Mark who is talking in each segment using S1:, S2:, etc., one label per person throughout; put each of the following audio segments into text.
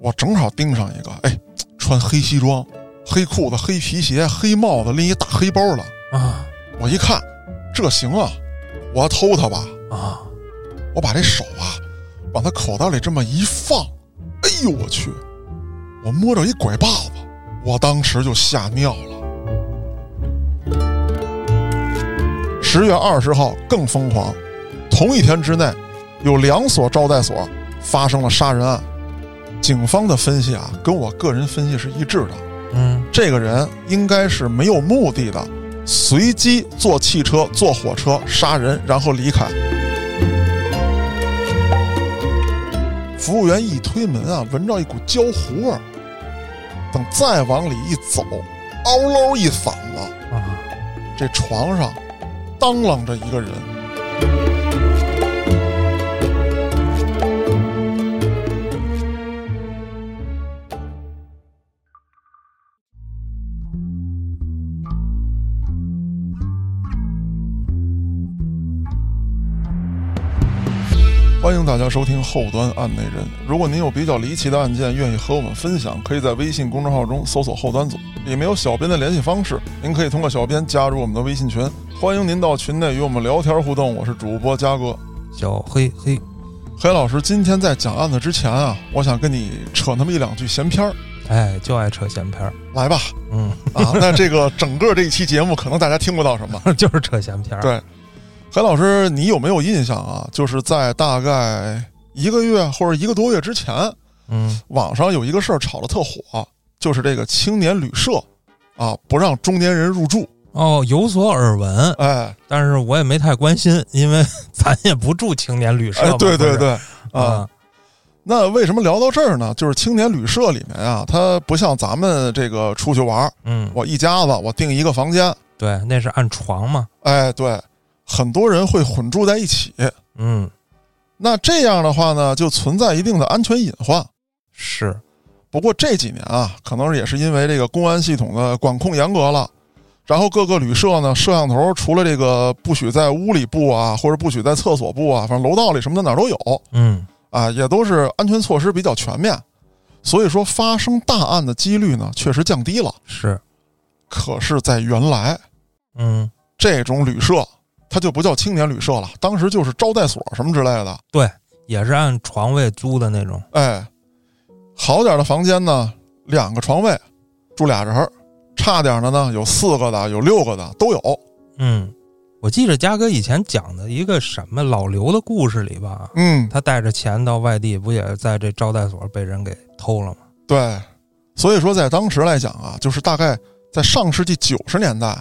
S1: 我正好盯上一个，哎，穿黑西装、黑裤子、黑皮鞋、黑帽子，拎一大黑包了。
S2: 啊
S1: 我一看，这行啊，我要偷他吧。
S2: 啊
S1: 我把这手啊，往他口袋里这么一放，哎呦我去！我摸着一拐把子，我当时就吓尿了。十月二十号更疯狂，同一天之内，有两所招待所发生了杀人案。警方的分析啊，跟我个人分析是一致的。
S2: 嗯
S1: 这个人应该是没有目的的，随机坐汽车、坐火车杀人，然后离开。服务员一推门啊，闻着一股焦糊味儿。等再往里一走，嗷喽一嗓子，
S2: 啊
S1: 这床上当啷着一个人。欢迎大家收听《后端案内人》。如果您有比较离奇的案件，愿意和我们分享，可以在微信公众号中搜索“后端组”，里面有小编的联系方式，您可以通过小编加入我们的微信群。欢迎您到群内与我们聊天互动。我是主播嘉哥，
S2: 小黑黑
S1: 黑老师。今天在讲案子之前啊，我想跟你扯那么一两句闲篇儿，
S2: 哎就爱扯闲篇儿，
S1: 来吧。
S2: 嗯
S1: 啊，那这个整个这一期节目，可能大家听不到什么。
S2: 就是扯闲篇儿，
S1: 对黑老师，你有没有印象啊？就是在大概一个月或者一个多月之前，
S2: 嗯
S1: 网上有一个事儿炒得特火，就是这个青年旅社啊，不让中年人入住。
S2: 哦有所耳闻，
S1: 哎，
S2: 但是我也没太关心，因为 咱也不住青年旅社
S1: 哎
S2: 嘛，，
S1: 对
S2: 不
S1: 对
S2: 是
S1: 对，啊，
S2: 啊
S1: 那为什么聊到这儿呢？就是青年旅社里面啊，它不像咱们这个出去玩儿，
S2: 嗯
S1: 我一家子我订一个房间，
S2: 对，那是按床嘛，
S1: 哎，对，很多人会混住在一起。
S2: 嗯
S1: 那这样的话呢，就存在一定的安全隐患。
S2: 是
S1: 不过这几年啊，可能也是因为这个公安系统的管控严格了，然后各个旅社呢，摄像头除了这个不许在屋里布啊，或者不许在厕所布啊，反正楼道里什么的哪儿都有
S2: 嗯
S1: 啊，也都是安全措施比较全面，所以说发生大案的几率呢确实降低了。
S2: 是
S1: 可是，在原来
S2: 嗯
S1: 这种旅社，它就不叫青年旅社了，当时就是招待所什么之类的，
S2: 对，也是按床位租的那种，
S1: 哎，好点的房间呢，两个床位住俩人儿；差点的呢，有四个的，有六个的，都有。
S2: 嗯，我记着嘉哥以前讲的一个什么老刘的故事里吧，
S1: 嗯，
S2: 他带着钱到外地，不也在这招待所被人给偷了吗？
S1: 对。所以说，在当时来讲啊，就是大概在上世纪九十年代，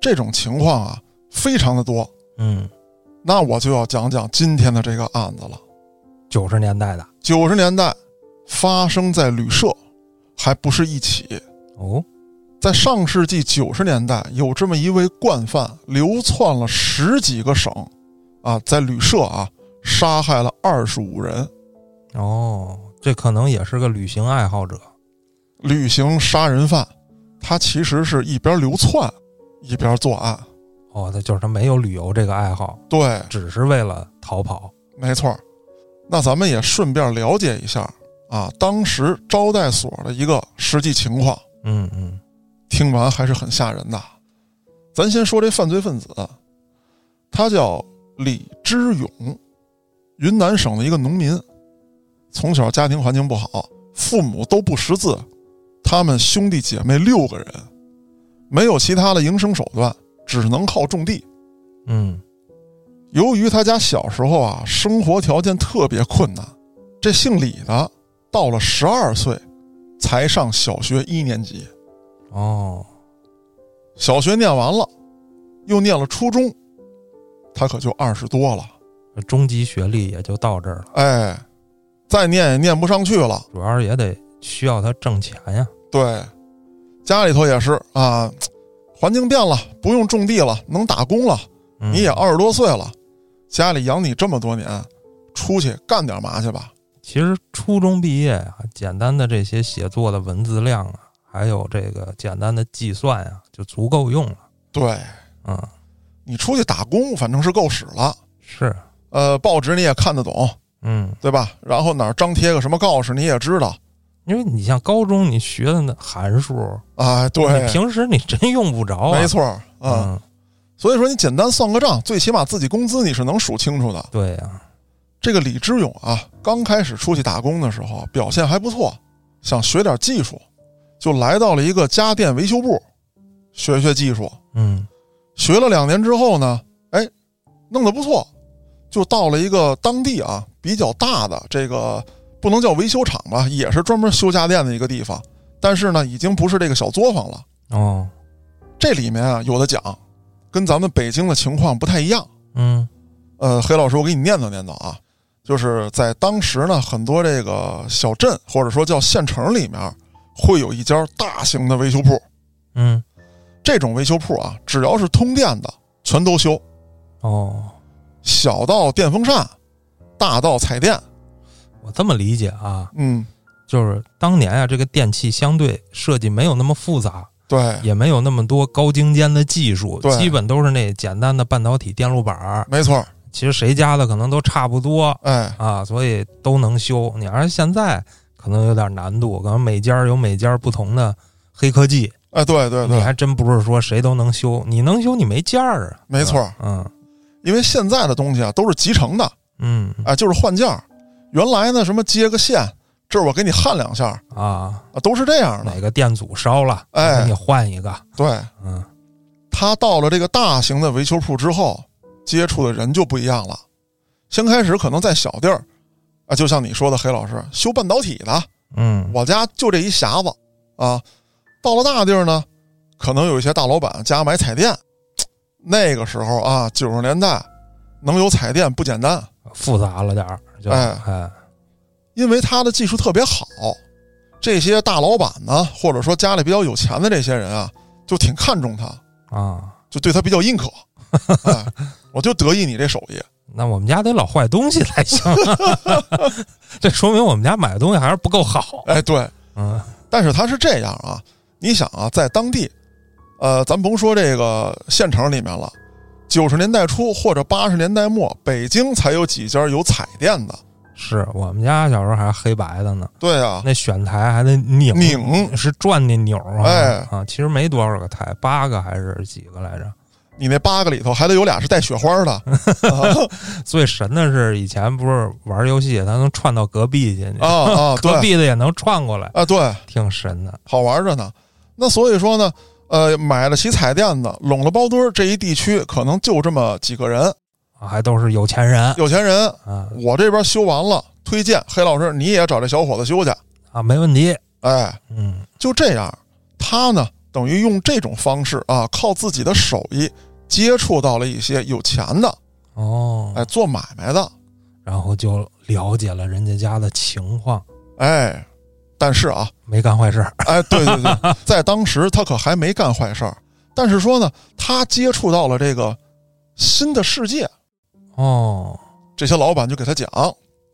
S1: 这种情况啊非常的多。
S2: 嗯，
S1: 那我就要讲讲今天的这个案子了。
S2: 九十年代的
S1: 九十年代发生在旅社，还不是一起。
S2: 哦，
S1: 在上世纪九十年代，有这么一位惯犯，流窜了十几个省，啊，在旅社啊杀害了二十五人，
S2: 哦，这可能也是个旅行爱好者，
S1: 旅行杀人犯。他其实是一边流窜，一边作案。
S2: 哦，他就是他没有旅游这个爱好，
S1: 对，
S2: 只是为了逃跑。
S1: 没错儿。那咱们也顺便了解一下啊，当时招待所的一个实际情况。
S2: 嗯嗯
S1: 听完还是很吓人的。咱先说这犯罪分子，啊他叫李之勇，云南省的一个农民，从小家庭环境不好，父母都不识字，他们兄弟姐妹六个人，没有其他的营生手段，只能靠种地。
S2: 嗯，
S1: 由于他家小时候啊，生活条件特别困难，这姓李的到了十二岁才上小学一年级。
S2: 哦，
S1: 小学念完了，又念了初中，他可就二十多了，
S2: 这中级学历也就到这儿了，
S1: 哎，再念也念不上去了。
S2: 主要也得需要他挣钱呀。
S1: 对，家里头也是啊，环境变了，不用种地了，能打工了，
S2: 嗯、
S1: 你也二十多岁了，家里养你这么多年，出去干点嘛去吧。
S2: 其实初中毕业啊，简单的这些写作的文字量啊，还有这个简单的计算啊，就足够用了。
S1: 对
S2: 嗯，
S1: 你出去打工，反正是够使了。
S2: 是，
S1: 呃，报纸你也看得懂，
S2: 嗯
S1: 对吧？然后哪儿张贴个什么告示你也知道，
S2: 因为你像高中你学的那函数，
S1: 啊，对，
S2: 你平时你真用不着、啊。
S1: 没，错儿啊。
S2: 嗯，
S1: 所以说你简单算个账，最起码自己工资你是能数清楚的。
S2: 对啊呀、
S1: 这个李之勇啊，刚开始出去打工的时候表现还不错，想学点技术，就来到了一个家电维修部，学学技术。
S2: 嗯
S1: 学了两年之后呢，哎，弄得不错，就到了一个当地啊比较大的这个不能叫维修厂吧，也是专门修家电的一个地方，但是呢，已经不是这个小作坊了。
S2: 哦
S1: 这里面啊有的讲，跟咱们北京的情况不太一样。
S2: 嗯
S1: 呃，黑老师，我给你念叨念叨啊，就是在当时呢，很多这个小镇或者说叫县城里面，会有一家大型的维修铺。
S2: 嗯
S1: 这种维修铺啊，只要是通电的，全都修，
S2: 哦，
S1: 小到电风扇，大到彩电。
S2: 我这么理解啊，
S1: 嗯，
S2: 就是当年啊，这个电器相对设计没有那么复杂，
S1: 对，
S2: 也没有那么多高精尖的技术，
S1: 对
S2: 基本都是那简单的半导体电路板儿。
S1: 没错。
S2: 其实谁家的可能都差不多
S1: 哎，
S2: 啊，所以都能修。你要是现在可能有点难度，可能每家有每家不同的黑科技，
S1: 哎，对对
S2: 你
S1: 对，
S2: 还真不是说谁都能修。你能修，你没件儿啊。
S1: 没错
S2: 是吧嗯
S1: 因为现在的东西啊都是集成的，
S2: 嗯
S1: 哎，就是换件儿。原来呢，什么接个线，这儿我给你焊两下儿
S2: 啊，
S1: 啊，都是这样的。
S2: 哪个电阻烧了，
S1: 哎
S2: 给你换一个。
S1: 对，
S2: 嗯
S1: 他到了这个大型的维修铺之后，接触的人就不一样了。先开始可能在小地儿，啊，就像你说的，黑老师修半导体的，
S2: 嗯
S1: 我家就这一匣子啊。到了大地儿呢，可能有一些大老板家买彩电，那个时候啊，九十年代能有彩电不简单，
S2: 复杂了点儿，就
S1: 哎
S2: 哎
S1: 因为他的技术特别好，这些大老板呢，或者说家里比较有钱的这些人啊，就挺看重他，
S2: 啊。
S1: 就对他比较认可。哎，我就得意你这手艺。
S2: 那我们家得老坏东西才行， 这说明我们家买的东西还是不够好。
S1: 哎，对，
S2: 嗯
S1: 但是他是这样啊，你想啊，在当地，呃，咱甭说这个县城里面了，九十年代初或者八十年代末，北京才有几家有彩电的。
S2: 是我们家小时候还是黑白的呢，
S1: 对啊，
S2: 那选台还得拧
S1: 拧
S2: 是转那钮啊、
S1: 哎
S2: 啊，其实没多少个台，八个还是几个来着？
S1: 你那八个里头还得有俩是带雪花的
S2: 最神的是以前不是玩游戏，它能串到隔壁去，
S1: 啊啊，
S2: 隔
S1: 对
S2: 壁的也能串过来，
S1: 啊，对，
S2: 挺神的。
S1: 好玩着呢。那所以说呢，呃，买得起彩电的，拢了包堆儿，这一地区可能就这么几个人，
S2: 啊还都是有钱人
S1: 有钱人。
S2: 啊
S1: 我这边修完了，推荐黑老师，你也找这小伙子修去。
S2: 啊，没问题。
S1: 哎，
S2: 嗯
S1: 就这样，他呢等于用这种方式啊，靠自己的手艺接触到了一些有钱的，
S2: 哦，
S1: 哎，做买卖的，
S2: 然后就了解了人家家的情况，
S1: 哎，但是啊，
S2: 没干坏事儿。
S1: 哎，对对对，在当时他可还没干坏事儿，但是说呢，他接触到了这个新的世界，
S2: 哦，
S1: 这些老板就给他讲，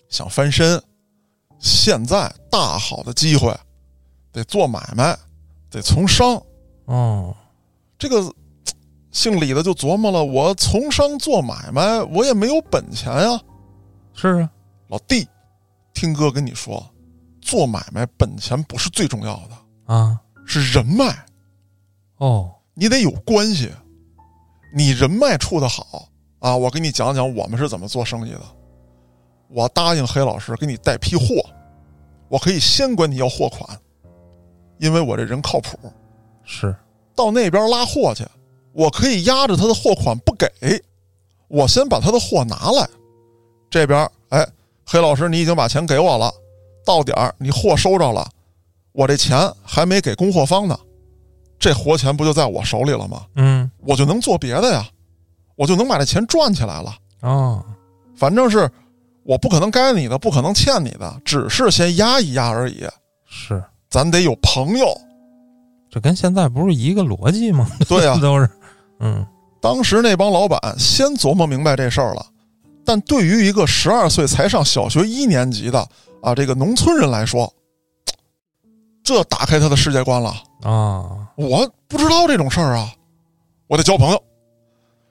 S1: 想翻身，现在大好的机会，得做买卖，得从商。
S2: 哦，
S1: 这个姓李的就琢磨了，我从商做买卖，我也没有本钱呀。
S2: 是啊，
S1: 老弟，听哥跟你说，做买卖本钱不是最重要的，
S2: 啊，
S1: 是人脉，
S2: 哦，
S1: 你得有关系，你人脉处的好啊。我给你讲讲我们是怎么做生意的。我答应黑老师给你带批货，我可以先管你要货款，因为我这人靠谱。
S2: 是
S1: 到那边拉货去，我可以压着他的货款不给，我先把他的货拿来。这边，哎，黑老师，你已经把钱给我了，到点儿你货收着了，我这钱还没给供货方呢，这活钱不就在我手里了吗？
S2: 嗯，
S1: 我就能做别的呀，我就能把这钱赚起来了。
S2: 哦，
S1: 反正是我不可能该你的，不可能欠你的，只是先压一压而已。
S2: 是，
S1: 咱得有朋友，
S2: 这跟现在不是一个逻辑吗？
S1: 对啊呀、
S2: 都是，嗯，
S1: 当时那帮老板先琢磨明白这事儿了，但对于一个十二岁才上小学一年级的啊这个农村人来说，这打开他的世界观了。
S2: 啊，
S1: 我不知道这种事儿啊，我得交朋友。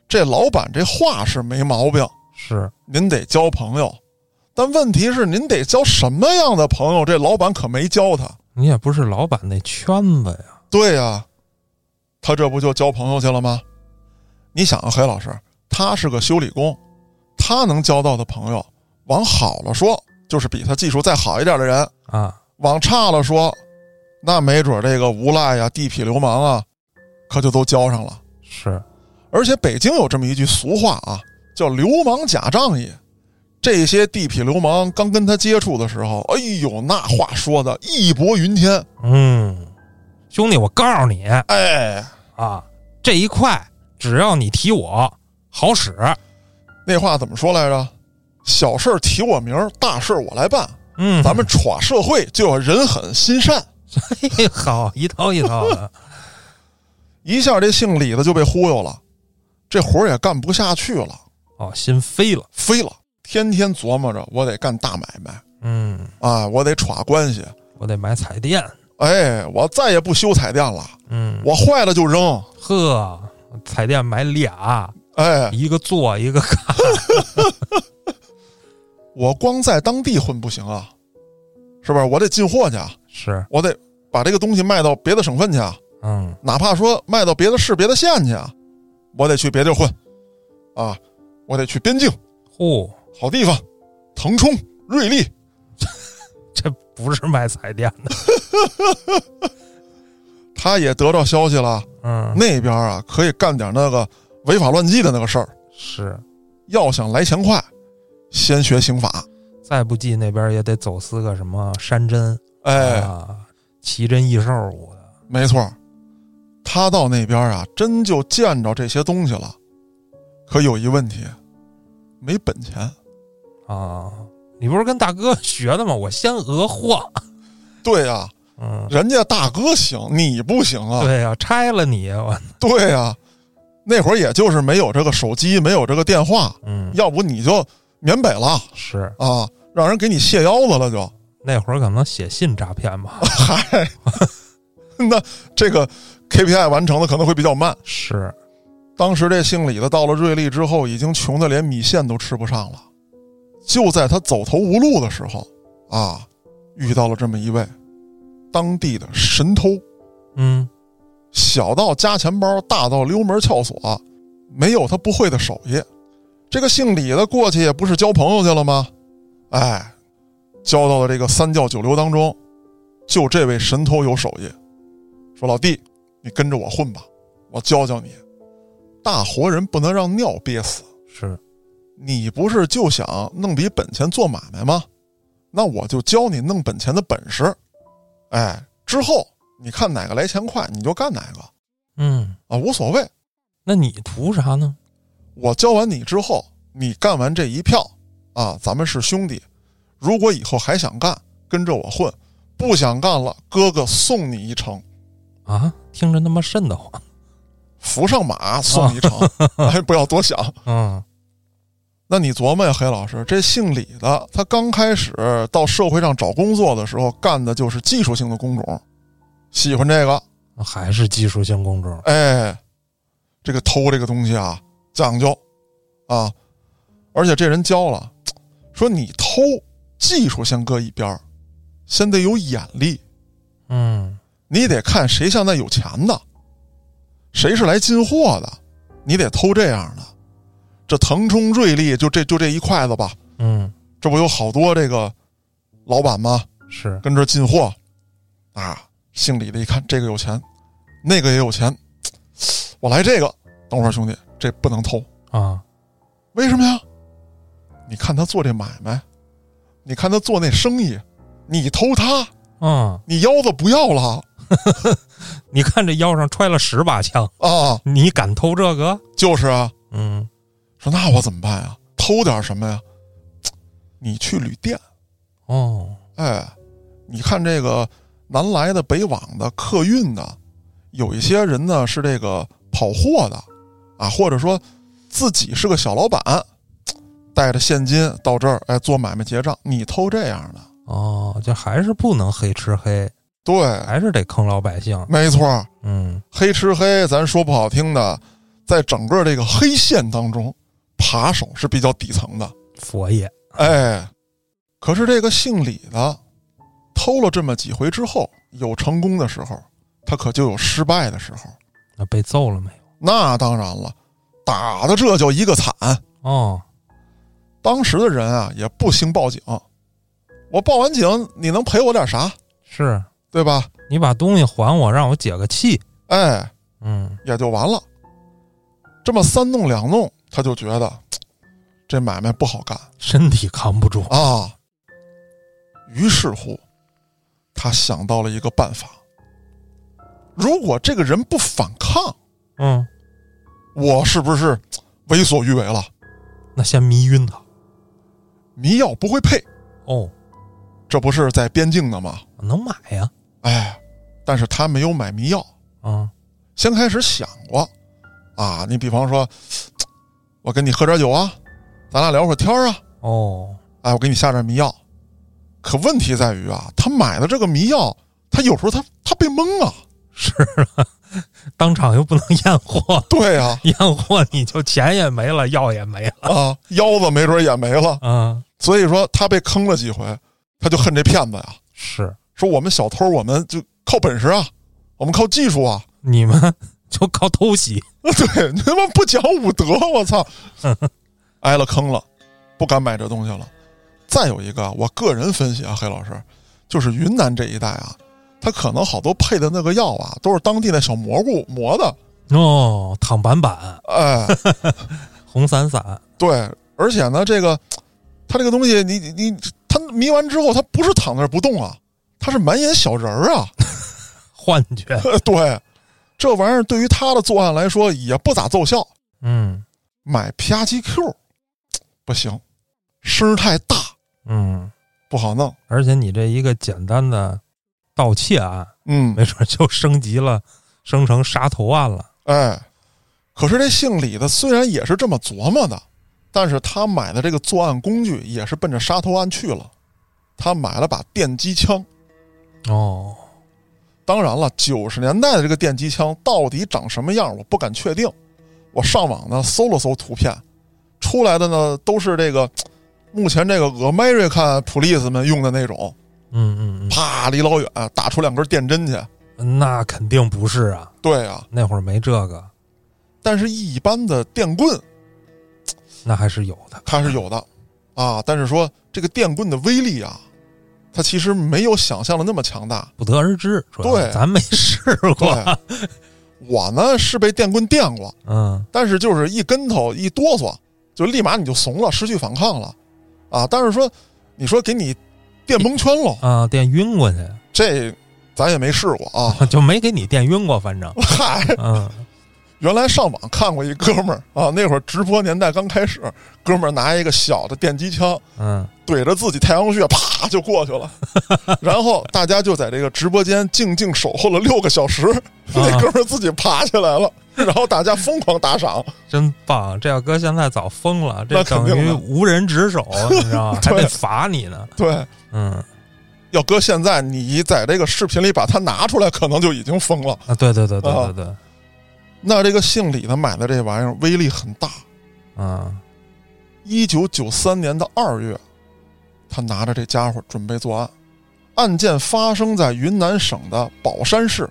S1: 这老板这话是没毛病，
S2: 是，
S1: 您得交朋友，但问题是，您得交什么样的朋友？这老板可没教他。
S2: 你也不是老板那圈子呀，
S1: 对呀、他这不就交朋友去了吗？你想啊，黑老师，他是个修理工，他能交到的朋友，往好了说，就是比他技术再好一点的人；
S2: 啊，
S1: 往差了说，那没准这个无赖呀、地痞流氓啊，可就都交上了。
S2: 是
S1: 而且北京有这么一句俗话啊，叫“流氓假仗义”。这些地痞流氓刚跟他接触的时候，哎呦，那话说的义薄云天，
S2: 嗯，兄弟，我告诉你
S1: 哎，
S2: 啊，这一块只要你提我好使，
S1: 那话怎么说来着？小事儿提我名儿，大事儿我来办。
S2: 嗯，
S1: 咱们耍社会就要人狠心善。
S2: 嘿好一套一套的，
S1: 一下，这姓李的就被忽悠了，这活儿也干不下去了，
S2: 哦，心飞了，
S1: 飞了。天天琢磨着，我得干大买卖
S2: 嗯，
S1: 啊，我得耍关系。
S2: 我得买彩电，
S1: 哎，我再也不修彩电了，
S2: 嗯，
S1: 我坏了就扔。
S2: 呵，彩电买俩，
S1: 哎，
S2: 一个做一个看，
S1: 我光在当地混不行啊，是不是？我得进货去啊，
S2: 是，
S1: 我得把这个东西卖到别的省份去啊，
S2: 嗯
S1: 哪怕说卖到别的市、别的县去啊，我得去别地儿混啊，我得去边境
S2: 嚯，
S1: 好地方，腾冲、瑞丽。
S2: 这不是卖彩电的，
S1: 他也得到消息了，
S2: 嗯，
S1: 那边啊可以干点那个违法乱纪的那个事儿。
S2: 是，
S1: 要想来钱快，先学刑法。
S2: 再不济那边也得走私个什么山珍，
S1: 哎，
S2: 啊，奇珍异兽舞的，
S1: 没错儿，他到那边啊，真就见着这些东西了。可有一问题，没本钱。
S2: 啊，你不是跟大哥学的吗？我先讹货，
S1: 对呀、啊，
S2: 嗯，
S1: 人家大哥行，你不行啊。
S2: 对呀、拆了你，我，
S1: 对呀、那会儿也就是没有这个手机，没有这个电话，
S2: 嗯，
S1: 要不你就缅北了
S2: 是
S1: 啊，让人给你卸腰子了就。
S2: 那会儿可能写信诈骗吧，
S1: 嗨，那这个 KPI 完成的可能会比较慢。
S2: 是，
S1: 当时这姓李的到了瑞丽之后，已经穷的连米线都吃不上了。就在他走投无路的时候，啊，遇到了这么一位当地的神偷，
S2: 嗯，
S1: 小到夹钱包，大到溜门撬锁，没有他不会的手艺。这个姓李的过去也不是交朋友去了吗？哎，交到了这个三教九流当中，就这位神偷有手艺，说老弟，你跟着我混吧，我教教你。大活人不能让尿憋死，
S2: 是，
S1: 你不是就想弄笔本钱做买卖吗？那我就教你弄本钱的本事。哎，之后你看哪个来钱快，你就干哪个。
S2: 嗯，
S1: 啊，无所谓。
S2: 那你图啥呢？
S1: 我教完你之后，你干完这一票啊，咱们是兄弟。如果以后还想干，跟着我混；不想干了，哥哥送你一程，
S2: 啊，听着那么瘆得慌，
S1: 扶上马送你一程。 哎，不要多想。
S2: 嗯，
S1: 那你琢磨呀，黑老师，这姓李的，他刚开始到社会上找工作的时候，干的就是技术性的工种，喜欢这个，
S2: 还是技术性工种，
S1: 哎，这个偷这个东西啊，讲究啊，而且这人教了，说你偷技术先搁一边儿，先得有眼力，
S2: 嗯，
S1: 你得看谁现在有钱的，谁是来进货的，你得偷这样的。这腾冲、瑞丽，就这就这一筷子吧，
S2: 嗯，
S1: 这不有好多这个老板吗？
S2: 是，
S1: 跟这儿进货，啊，姓李的一看这个有钱，那个也有钱，我来这个。等会儿兄弟，这不能偷，
S2: 啊，
S1: 为什么呀？你看他做这买卖，你看他做那生意，你偷他，
S2: 嗯，
S1: 你腰子不要了
S2: 你看这腰上揣了十把枪，
S1: 啊？
S2: 你敢偷这个？
S1: 就是啊，
S2: 嗯，
S1: 说那我怎么办呀？偷点什么呀？你去旅店，
S2: 哦，
S1: 哎，你看这个南来的、北往的、客运的，有一些人呢是这个跑货的啊，或者说自己是个小老板，带着现金到这儿，哎，做买卖结账。你偷这样的，
S2: 哦，这还是不能黑吃黑，
S1: 对，
S2: 还是得坑老百姓。
S1: 没错儿，
S2: 嗯，
S1: 黑吃黑，咱说不好听的，在整个这个黑线当中，扒手是比较底层的。
S2: 佛爷，
S1: 哎，可是这个姓李的偷了这么几回之后，有成功的时候，他可就有失败的时候。
S2: 那被揍了没有？
S1: 那当然了，打的这叫一个惨。
S2: 哦，
S1: 当时的人啊，也不兴报警。我报完警，你能赔我点啥？
S2: 是
S1: 对吧？
S2: 你把东西还我，让我解个气。
S1: 哎，
S2: 嗯，
S1: 也就完了。这么三弄两弄，他就觉得这买卖不好干
S2: 身体扛不住。
S1: 啊。于是乎，他想到了一个办法：如果这个人不反抗，
S2: 嗯，
S1: 我是不是为所欲为了？
S2: 那先迷晕他。
S1: 迷药不会配，
S2: 哦，
S1: 这不是在边境呢吗？
S2: 能买呀。
S1: 哎，但是他没有买迷药。
S2: 啊，
S1: 先开始想过啊，你比方说，我跟你喝点酒啊，咱俩聊会儿天儿啊，
S2: 哦，
S1: 哎，我给你下点迷药。可问题在于啊，他买的这个迷药，他有时候他他被蒙啊，
S2: 是啊，当场又不能验货，
S1: 对啊呀、
S2: 验货你就钱也没了，药也没 了。
S1: 啊，腰子没准也没了，
S2: 啊，
S1: 所以说他被坑了几回，他就恨这骗子呀，
S2: 是
S1: 说我们小偷我们就靠本事啊，我们靠技术啊，
S2: 你们就靠偷袭。
S1: 对你他妈不讲武德，我操，挨了坑了，不敢买这东西了。再有一个，我个人分析啊，黑老师，就是云南这一带啊，他可能好多配的那个药啊，都是当地的小蘑菇磨的，
S2: 哦，躺板板，
S1: 哎，
S2: 红伞伞。
S1: 对，而且呢，这个他这个东西，你你你，他迷完之后，他不是躺那儿不动啊，他是满眼小人儿啊，
S2: 幻觉，
S1: 对，这玩意儿对于他的作案来说也不咋奏效。
S2: 嗯
S1: 买 P R G Q 不行，声儿太大，
S2: 嗯，
S1: 不好弄。
S2: 而且你这一个简单的盗窃案，
S1: 嗯，
S2: 没准就升级了，升成杀头案了。
S1: 哎，可是这姓李的虽然也是这么琢磨的，但是他买的这个作案工具也是奔着杀头案去了。他买了把电击枪，
S2: 哦，
S1: 当然了，九十年代的这个电击枪到底长什么样，我不敢确定。我上网呢搜了搜图片，出来的呢都是这个目前这个 American police 们用的那种，
S2: 嗯嗯
S1: 啪离老远打出两根电针去。
S2: 嗯，那肯定不是啊，
S1: 对啊，
S2: 那会儿没这个，
S1: 但是一般的电棍
S2: 那还是有的。
S1: 它是有的啊，但是说这个电棍的威力啊，它其实没有想象的那么强大。
S2: 不得而知，主要是
S1: 对
S2: 咱没试
S1: 对
S2: 过。，
S1: 我呢是被电棍电过，
S2: 嗯，
S1: 但是就是一跟头一哆嗦，就立马你就怂了，失去反抗了啊。但是说，你说给你电蒙圈了，
S2: 啊，电晕过去，
S1: 这咱也没试过啊。，
S2: 就没给你电晕过，反正
S1: 嗨，
S2: 嗯，
S1: 原来上网看过一哥们儿啊，那会儿直播年代刚开始，哥们儿拿一个小的电击枪，
S2: 嗯，
S1: 怼着自己太阳穴，啪就过去了。 然后大家就在这个直播间静静守候了六个小时， 那哥们儿自己爬起来了，然后大家疯狂打赏。
S2: 真棒！这要搁现在早疯了，这
S1: 那肯
S2: 等
S1: 定
S2: 于
S1: 的
S2: 无人值守，你知道吗？还
S1: 对
S2: 得罚你呢。
S1: 对，
S2: 嗯，
S1: 要搁现在，你在这个视频里把它拿出来，可能就已经疯了。
S2: 啊，对对对对对对，
S1: 那这个姓李的买的这玩意儿威力很大。
S2: 嗯，
S1: 一九九三年的二月，他拿着这家伙准备作案。案件发生在云南省的保山市。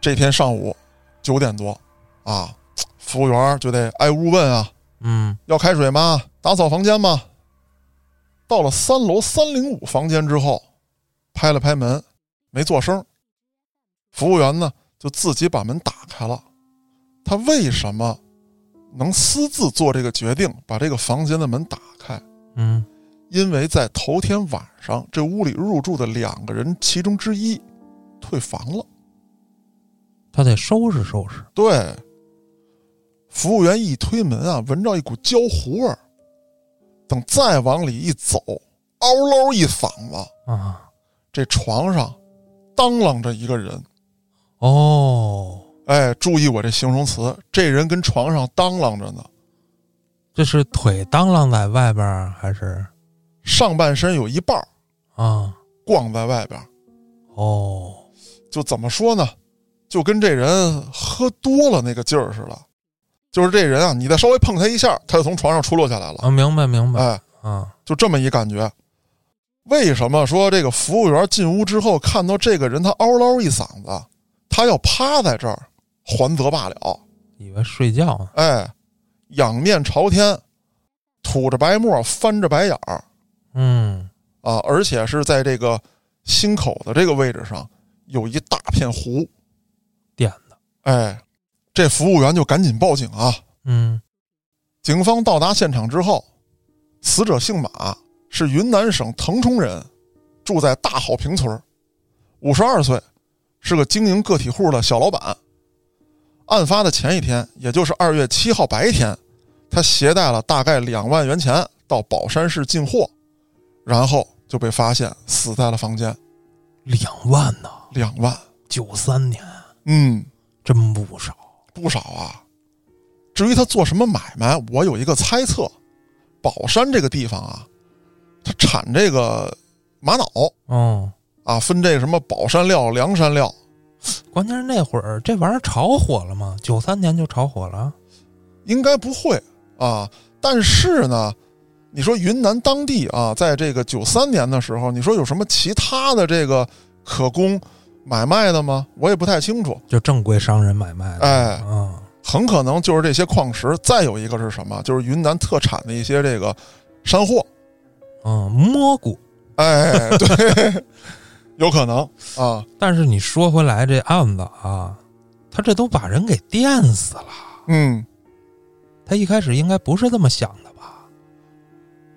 S1: 这天上午九点多，啊，服务员就得挨屋问啊，
S2: 嗯，
S1: 要开水吗？打扫房间吗？到了三楼三零五房间之后，拍了拍门，没做声。服务员呢，就自己把门打开了。他为什么能私自做这个决定，把这个房间的门打开？
S2: 嗯，
S1: 因为在头天晚上，这屋里入住的两个人其中之一退房了。
S2: 他得收拾收拾。
S1: 对，服务员一推门啊，闻着一股焦糊味儿。等再往里一走，嗷喽一嗓子，
S2: 啊，
S1: 这床上当啷着一个人。
S2: 哦，
S1: 哎，注意我这形容词，这人跟床上当啷着呢，
S2: 这是腿当啷在外边儿还是
S1: 上半身有一半儿
S2: 啊？
S1: 逛在外边儿。
S2: 哦，
S1: 就怎么说呢，就跟这人喝多了那个劲儿似的。就是这人啊，你再稍微碰他一下，他就从床上出落下来了。
S2: 啊，明白明白
S1: 哎，
S2: 啊，
S1: 就这么一感觉。为什么说这个服务员进屋之后看到这个人，他嗷唠一嗓子，他要趴在这儿，还则罢了，
S2: 以为睡觉呢，
S1: 哎，仰面朝天，吐着白沫，翻着白眼儿
S2: 嗯，
S1: 啊，而且是在这个心口的这个位置上有一大片糊，
S2: 点的，
S1: 哎，这服务员就赶紧报警啊！
S2: 嗯
S1: 警方到达现场之后，死者姓马，是云南省腾冲人，住在大好坪村，五十二岁，是个经营个体户的小老板。案发的前一天，也就是二月七号白天，他携带了大概两万元钱到保山市进货，然后就被发现死在了房间。
S2: 两万呢，
S1: 两万，
S2: 九三年
S1: 嗯，
S2: 真不少，
S1: 不少啊。至于他做什么买卖，我有一个猜测：宝山这个地方啊，它产这个玛瑙
S2: 嗯，
S1: 啊，分这个什么宝山料、凉山料。
S2: 关键是那会儿这玩意儿炒火了吗？九三年就炒火了，
S1: 应该不会啊。但是呢，你说云南当地啊，在这个九三年的时候，你说有什么其他的这个可供买卖的吗？我也不太清楚。
S2: 就正规商人买卖的，
S1: 哎
S2: 嗯，
S1: 很可能就是这些矿石。再有一个是什么？就是云南特产的一些这个山货。
S2: 嗯，蘑菇。
S1: 哎，对， 有可能啊。
S2: 但是你说回来，这案子啊，他这都把人给电死了。
S1: 嗯，
S2: 他一开始应该不是这么想的吧？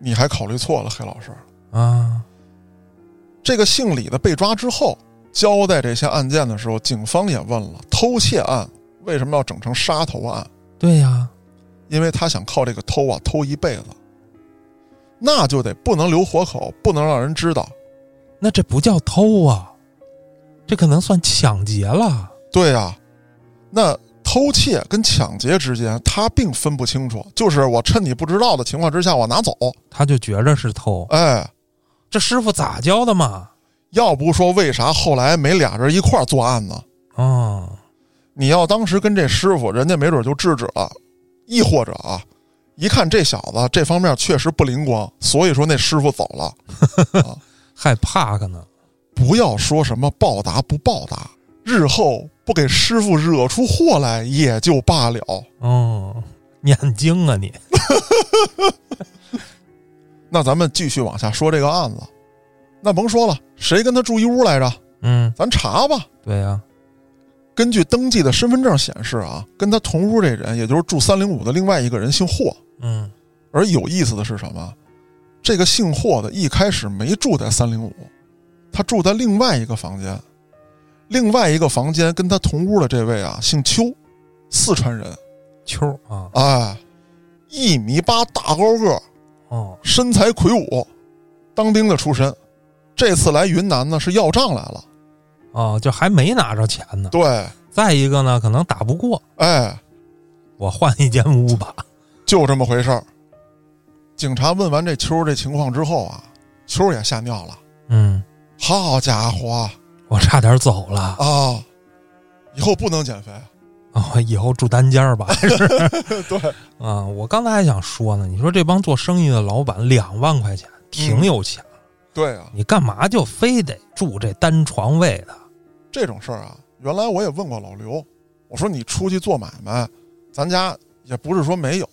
S1: 你还考虑错了，黑老师。
S2: 啊，
S1: 这个姓李的被抓之后，交代这些案件的时候，警方也问了：偷窃案为什么要整成杀头案？
S2: 对呀、
S1: 因为他想靠这个偷啊偷一辈子，那就得不能留活口，不能让人知道。
S2: 那这不叫偷啊，这可能算抢劫了。
S1: 对呀、那偷窃跟抢劫之间他并分不清楚，就是我趁你不知道的情况之下我拿走，
S2: 他就觉着是偷，
S1: 哎，
S2: 这师傅咋教的嘛？
S1: 要不说为啥后来没俩人一块儿作案呢？
S2: 嗯，
S1: 你要当时跟这师傅，人家没准就制止了，亦或者啊，一看这小子这方面确实不灵光，所以说那师傅走了。
S2: 害怕可能。
S1: 不要说什么报答不报答，日后不给师傅惹出祸来也就罢了。
S2: 嗯，念经啊你。
S1: 那咱们继续往下说这个案子，那甭说了，谁跟他住一屋来着？
S2: 嗯，
S1: 咱查吧。
S2: 对呀、
S1: 根据登记的身份证显示啊，跟他同屋这人，也就是住三零五的另外一个人姓霍，
S2: 嗯，
S1: 而有意思的是什么？这个姓霍的一开始没住在三零五，他住在另外一个房间，另外一个房间跟他同屋的这位啊，姓邱，四川人，
S2: 秋儿啊，
S1: 哎，一米八大高个儿，
S2: 哦，
S1: 身材魁梧，当兵的出身，这次来云南呢是要账来了，
S2: 哦，就还没拿着钱呢。
S1: 对，
S2: 再一个呢，可能打不过，
S1: 哎，
S2: 我换一间屋吧。
S1: 就这么回事儿。警察问完这邱这情况之后啊，邱也吓尿了，
S2: 嗯，
S1: 好家伙！
S2: 我差点走了。
S1: 啊，以后不能减肥。
S2: 啊，以后住单间儿 吧，还是
S1: 对
S2: 啊。我刚才还想说呢，你说这帮做生意的老板两万块钱挺有钱，
S1: 对啊，
S2: 你干嘛就非得住这单床位的？
S1: 这种事儿啊，原来我也问过老刘，我说你出去做买卖，咱家也不是说没有，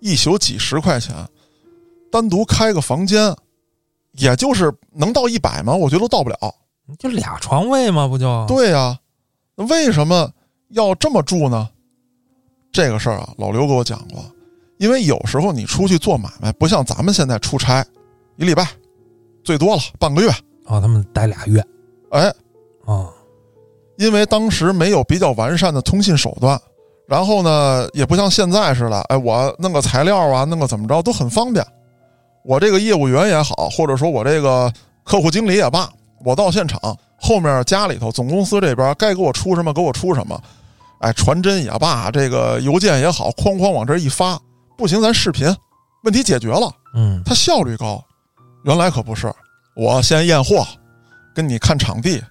S1: 一宿几十块钱，单独开个房间，也就是能到一百吗？我觉得都到不了。
S2: 你就俩床位嘛，不就？
S1: 对呀、那为什么要这么住呢？这个事儿啊，老刘给我讲过，因为有时候你出去做买卖，不像咱们现在出差，一礼拜，最多了半个月，
S2: 哦，他们待俩月
S1: 哎，
S2: 啊，
S1: 因为当时没有比较完善的通信手段，然后呢，也不像现在似的，哎，我弄个材料啊，弄个怎么着都很方便。我这个业务员也好，或者说我这个客户经理也罢，我到现场，后面家里头总公司这边该给我出什么给我出什么，哎，传真也罢，这个邮件也好，哐哐往这一发，不行咱视频，问题解决了。
S2: 嗯，
S1: 它效率高。原来可不是，我先验货，跟你看场地，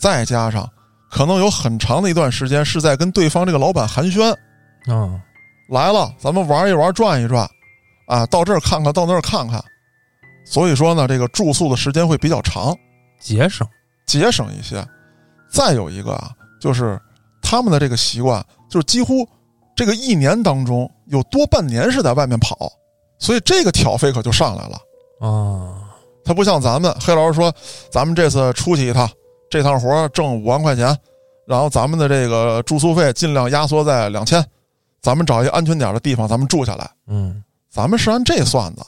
S1: 再加上可能有很长的一段时间是在跟对方这个老板寒暄，
S2: 嗯，
S1: 来了，咱们玩一玩，转一转，啊，到这儿看看，到那儿看看，所以说呢，这个住宿的时间会比较长，
S2: 节省，
S1: 节省一些。再有一个啊，就是他们的这个习惯，就是几乎这个一年当中有多半年是在外面跑，所以这个挑费可就上来了。
S2: 啊，
S1: 他不像咱们，黑老师说，咱们这次出去一趟，这趟活儿挣五万块钱，然后咱们的这个住宿费尽量压缩在两千，咱们找一个安全点儿的地方，咱们住下来。
S2: 嗯，
S1: 咱们是按这算的，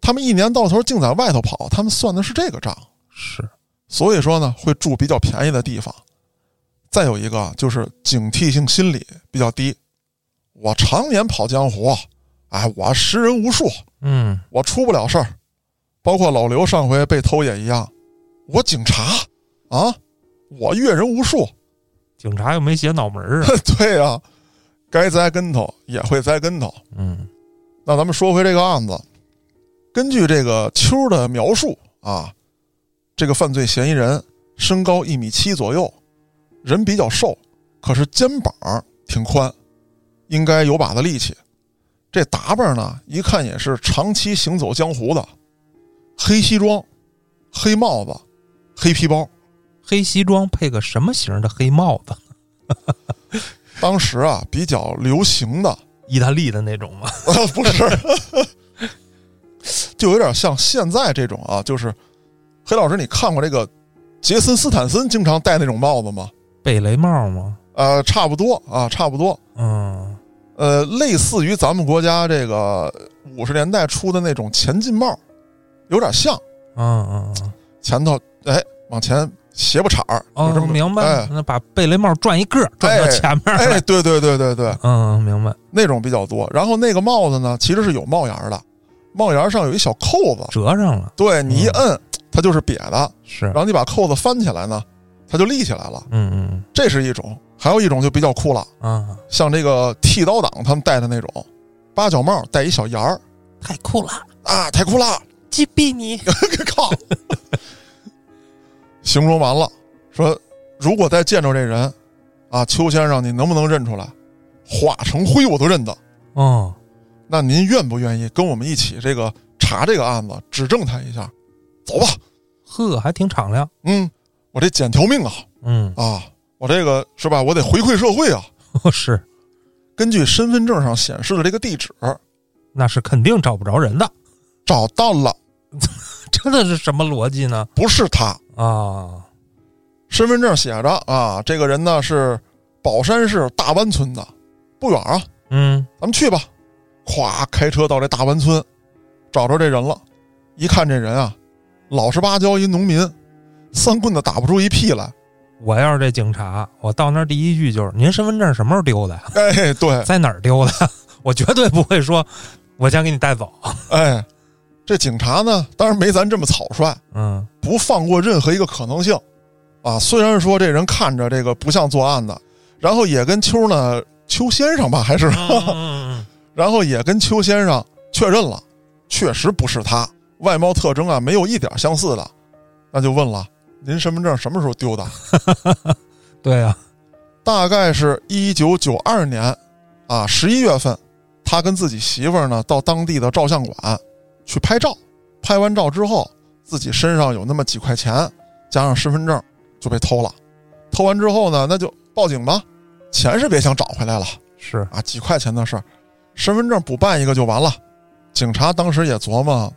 S1: 他们一年到头净在外头跑，他们算的是这个账，
S2: 是，
S1: 所以说呢，会住比较便宜的地方。再有一个啊就是警惕性心理比较低，我常年跑江湖，哎，我识人无数，
S2: 嗯，
S1: 我出不了事儿。包括老刘上回被偷也一样，我警察啊，我阅人无数，
S2: 警察又没写脑门儿啊，
S1: 对呀、该栽跟头也会栽跟头。
S2: 嗯
S1: 那咱们说回这个案子，根据这个秋儿的描述啊，这个犯罪嫌疑人身高一米七左右，人比较瘦，可是肩膀儿挺宽，应该有把子力气。这打扮呢，一看也是长期行走江湖的，黑西装、黑帽子、黑皮包。
S2: 黑西装配个什么型儿的黑帽子？
S1: 当时啊，比较流行的
S2: 意大利的那种吗？
S1: 啊， 不是，就有点像现在这种啊，就是黑老师，你看过这个杰森斯坦森经常戴那种帽子吗？
S2: 贝雷帽吗？
S1: 呃，差不多啊，差不多，
S2: 嗯，
S1: 呃，类似于咱们国家这个五十年代出的那种前进帽，有点像，
S2: 嗯嗯嗯，
S1: 前头哎往前斜不叉儿，有这么
S2: 哦，明白了，
S1: 哎
S2: 那把贝雷帽转一个，转到前面来。
S1: 哎，对对对对对，
S2: 嗯，明白，
S1: 那种比较多。然后那个帽子呢，其实是有帽檐儿的，帽檐儿上有一小扣子，
S2: 折上了，
S1: 对你一摁，
S2: 嗯
S1: 它就是瘪的。
S2: 是，
S1: 然后你把扣子翻起来呢，它就立起来了，
S2: 嗯嗯
S1: 这是一种。还有一种就比较酷了，
S2: 嗯啊，
S1: 像这个剃刀党他们戴的那种八角帽，戴一小檐儿
S2: 太酷了，
S1: 啊，太酷 啦！
S2: 击毙你！
S1: 靠！形容完了，说如果再见着这人，啊，邱先生，你能不能认出来？化成灰我都认得。
S2: 哦，
S1: 那您愿不愿意跟我们一起这个查这个案子，指证他一下？走吧，
S2: 呵，还挺敞亮。
S1: 嗯，我这捡条命啊
S2: 嗯，哦
S1: 啊，我这个是吧？我得回馈社会啊。
S2: 是，
S1: 根据身份证上显示的这个地址
S2: 那是肯定找不着人的。
S1: 找到了，
S2: 真的是什么逻辑呢？
S1: 不是他。
S2: 啊，
S1: 身份证写着啊，这个人呢是宝山市大湾村的，不远啊，
S2: 嗯
S1: 咱们去吧。咵，开车到这大湾村，找着这人了。一看这人啊，老实巴交一农民，三棍子打不出一屁来。
S2: 我要是这警察，我到那儿第一句就是：“您身份证什么时候丢的呀？
S1: 哎，对，
S2: 在哪儿丢的？” 我绝对不会说，我先给你带走。
S1: 哎，这警察呢，当然没咱这么草率，
S2: 嗯
S1: 不放过任何一个可能性，啊，虽然说这人看着这个不像作案的，然后也跟邱呢，邱先生吧还是，
S2: 嗯嗯嗯
S1: 然后也跟邱先生确认了，确实不是他，外貌特征啊没有一点相似的，那就问了，您身份证什么时候丢的？
S2: 嗯，对啊，
S1: 大概是一九九二年，啊，十一月份，他跟自己媳妇儿呢到当地的照相馆去拍照，拍完照之后，自己身上有那么几块钱，加上身份证就被偷了。偷完之后呢，那就报警吧，钱是别想找回来了
S2: 是，
S1: 啊，几块钱的事儿，身份证补办一个就完了。警察当时也琢磨，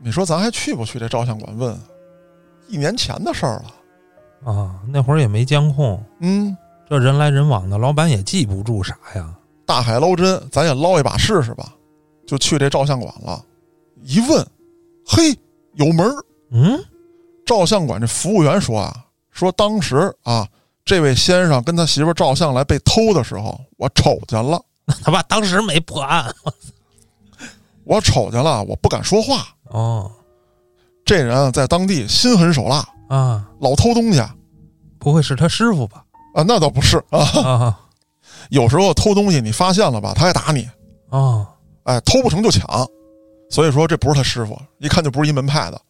S1: 你说咱还去不去这照相馆问？啊一年前的事儿了，
S2: 啊，那会儿也没监控，
S1: 嗯，
S2: 这人来人往的，老板也记不住啥呀。
S1: 大海捞针，咱也捞一把试试吧。就去这照相馆了，一问，嘿，有门儿。
S2: 嗯，
S1: 照相馆这服务员说啊，说当时啊，这位先生跟他媳妇儿照相来被偷的时候，我瞅见了，
S2: 他爸当时没破案。
S1: 我瞅见了，我不敢说话。
S2: 哦
S1: 这人啊在当地心狠手辣，
S2: 啊，
S1: 老偷东西啊，
S2: 不会是他师傅吧？
S1: 那倒不是啊。
S2: 啊
S1: 有时候偷东西你发现了吧，他还打你，
S2: 啊，
S1: 哎，偷不成就抢，所以说这不是他师傅，一看就不是一门派的。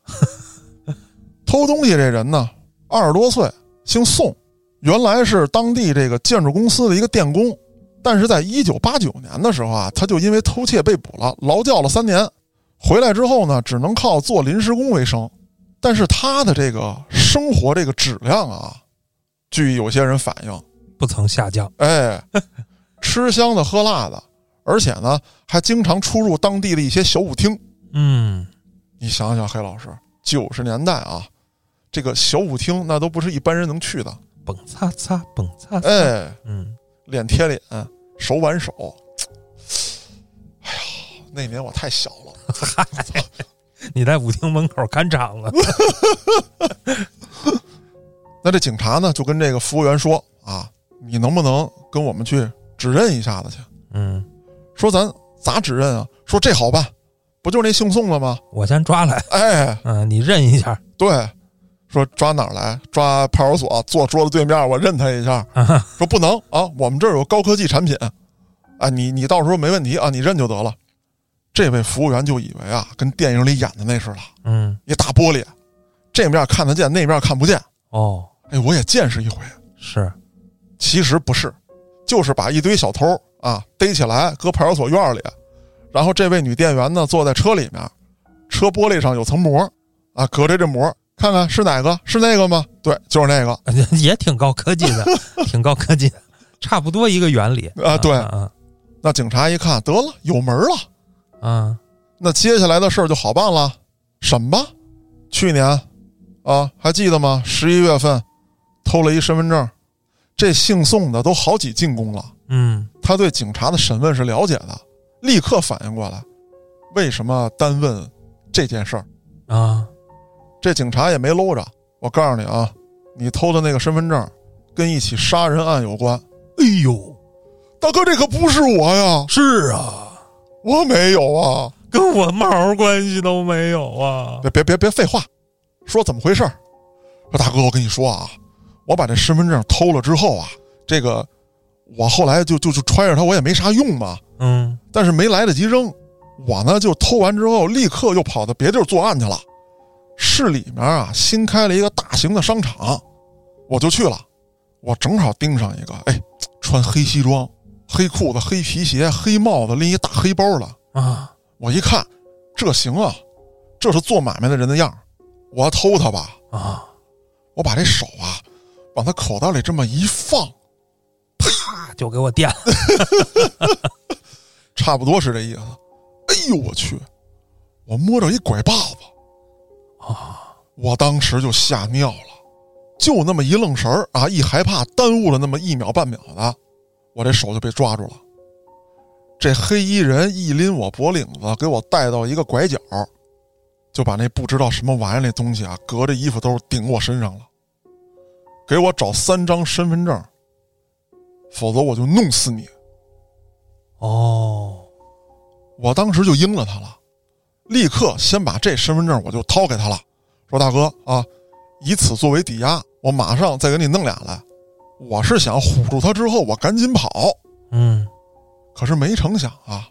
S1: 偷东西这人呢，二十多岁，姓宋，原来是当地这个建筑公司的一个电工，但是在一九八九年的时候啊，他就因为偷窃被捕了，劳教了三年，回来之后呢，只能靠做临时工为生，但是他的这个生活这个质量啊，据有些人反映，
S2: 不曾下降。
S1: 哎，吃香的喝辣的，而且呢还经常出入当地的一些小舞厅。
S2: 嗯，
S1: 你想想，黑老师，九十年代啊，这个小舞厅那都不是一般人能去的。
S2: 蹦擦擦，蹦擦擦。
S1: 哎，
S2: 嗯，
S1: 脸贴脸，手挽手。哎呀，那年我太小了。
S2: 你在舞厅门口看场 了。
S1: 那这警察呢，就跟这个服务员说啊，你能不能跟我们去指认一下子去？
S2: 嗯，
S1: 说咱咋指认啊？说这好办，不就是那姓宋的吗？
S2: 我先抓来。
S1: 哎，
S2: 嗯，你认一下。
S1: 对，说抓哪儿来？抓派出所，坐桌子对面，我认他一下。
S2: 啊哈，
S1: 说不能啊，我们这儿有高科技产品，啊，你你到时候没问题啊，你认就得了。这位服务员就以为啊，跟电影里演的那似的，
S2: 嗯，
S1: 一大玻璃，这面看得见，那面看不见。
S2: 哦，
S1: 哎，我也见识一回。
S2: 是，
S1: 其实不是，就是把一堆小偷啊逮起来，搁派出所院里，然后这位女店员呢坐在车里面，车玻璃上有层膜，啊，隔着这膜看看是哪个，是那个吗？对，就是那个。
S2: 也挺高科技 的，挺高科技的，差不多一个原理
S1: 啊对
S2: 啊
S1: 那警察一看，得了，有门了，
S2: 啊，
S1: 那接下来的事儿就好办了，审吧。去年啊，还记得吗？十一月份偷了一身份证，这姓宋的都好几进宫了。
S2: 嗯
S1: 他对警察的审问是了解的，立刻反应过来，为什么单问这件事儿？
S2: 啊，
S1: 这警察也没搂着。我告诉你啊，你偷的那个身份证跟一起杀人案有关。
S2: 哎呦，
S1: 大哥，这可不是我呀，
S2: 是啊，
S1: 我没有啊！
S2: 跟我毛关系都没有啊，
S1: 别别别别废话，说怎么回事儿？说大哥，我跟你说啊，我把这身份证偷了之后啊，这个我后来就就就揣着它，我也没啥用嘛，
S2: 嗯，
S1: 但是没来得及扔。我呢就偷完之后，立刻又跑到别地儿作案去了。市里面啊，新开了一个大型的商场，我就去了。我正好盯上一个，哎，穿黑西装、黑裤子、黑皮鞋、黑帽子，拎一大黑包的。
S2: 啊，
S1: 我一看，这行啊，这是做买卖的人的样儿。我要偷他吧，
S2: 啊，
S1: 我把这手啊，往他口袋里这么一放，
S2: 啪啊就给我电了，
S1: 差不多是这意思。哎呦我去！我摸着一拐把子，啊！我当时就吓尿了，就那么一愣神儿啊，一害怕，耽误了那么一秒半秒的，我这手就被抓住了。这黑衣人一拎我脖领子，给我带到一个拐角，就把那不知道什么玩意儿那东西啊，隔着衣服兜顶我身上了，给我找三张身份证，否则我就弄死你。
S2: 哦，
S1: 我当时就应了他了，立刻先把这身份证我就掏给他了，说大哥啊，以此作为抵押，我马上再给你弄俩来。我是想唬住他之后，我赶紧跑，
S2: 嗯，
S1: 可是没成想啊，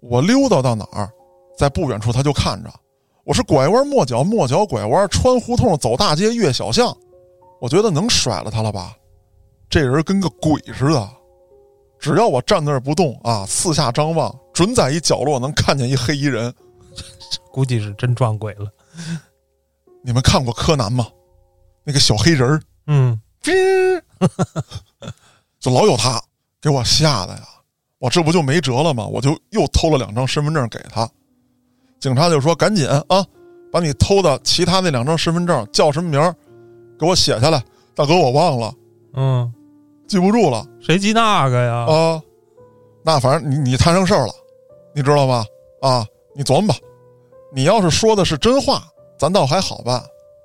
S1: 我溜达到哪儿，在不远处他就看着，我是拐弯抹角，抹角拐弯，穿胡同走大街，越小巷，我觉得能甩了他了吧？这人跟个鬼似的，只要我站那儿不动啊，四下张望，准在一角落能看见一黑衣人。
S2: 估计是真撞鬼了，
S1: 你们看过柯南吗？那个小黑人儿，
S2: 嗯，
S1: 吱，就老有他，给我吓得呀！我这不就没辙了吗？我就又偷了两张身份证给他。警察就说：“赶紧啊，把你偷的其他那两张身份证叫什么名儿，给我写下来。”大哥，我忘了，
S2: 嗯，
S1: 记不住了
S2: 谁记那个呀？
S1: 啊。那反正你你摊上事儿了，你知道吗？啊，你琢磨吧。你要是说的是真话，咱倒还好办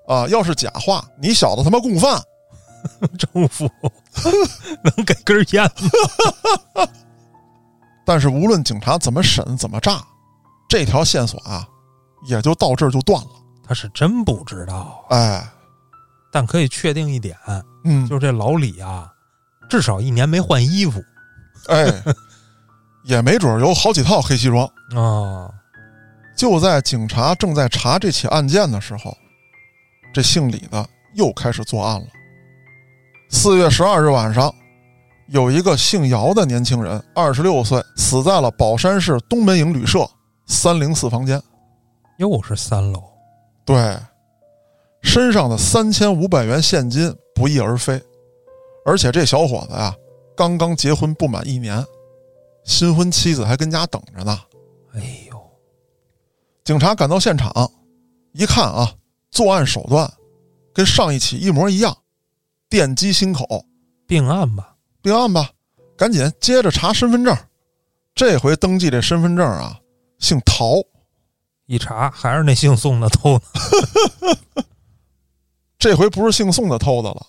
S1: 啊。要是假话，你小子他妈共犯，
S2: 政府 能给根烟吗？
S1: 但是无论警察怎么审怎么炸，这条线索啊，也就到这儿就断了。
S2: 他是真不知道啊，
S1: 哎，
S2: 但可以确定一点，
S1: 嗯，
S2: 就是这老李啊，至少一年没换衣服
S1: 哎，也没准儿有好几套黑西装。
S2: 啊。
S1: 就在警察正在查这起案件的时候，这姓李的又开始作案了。四月十二日晚上，有一个姓姚的年轻人，二十六岁，死在了宝山市东门营旅社三零四房间。
S2: 又是三楼，
S1: 对，身上的三千五百元现金不翼而飞，而且这小伙子呀、刚刚结婚不满一年，新婚妻子还跟家等着呢。
S2: 哎呦，
S1: 警察赶到现场，一看啊，作案手段跟上一起一模一样，电击心口，
S2: 并案吧？
S1: 并案吧，赶紧接着查身份证。这回登记这身份证啊，姓陶，
S2: 一查还是那姓宋的偷的，
S1: 这回不是姓宋的偷的了，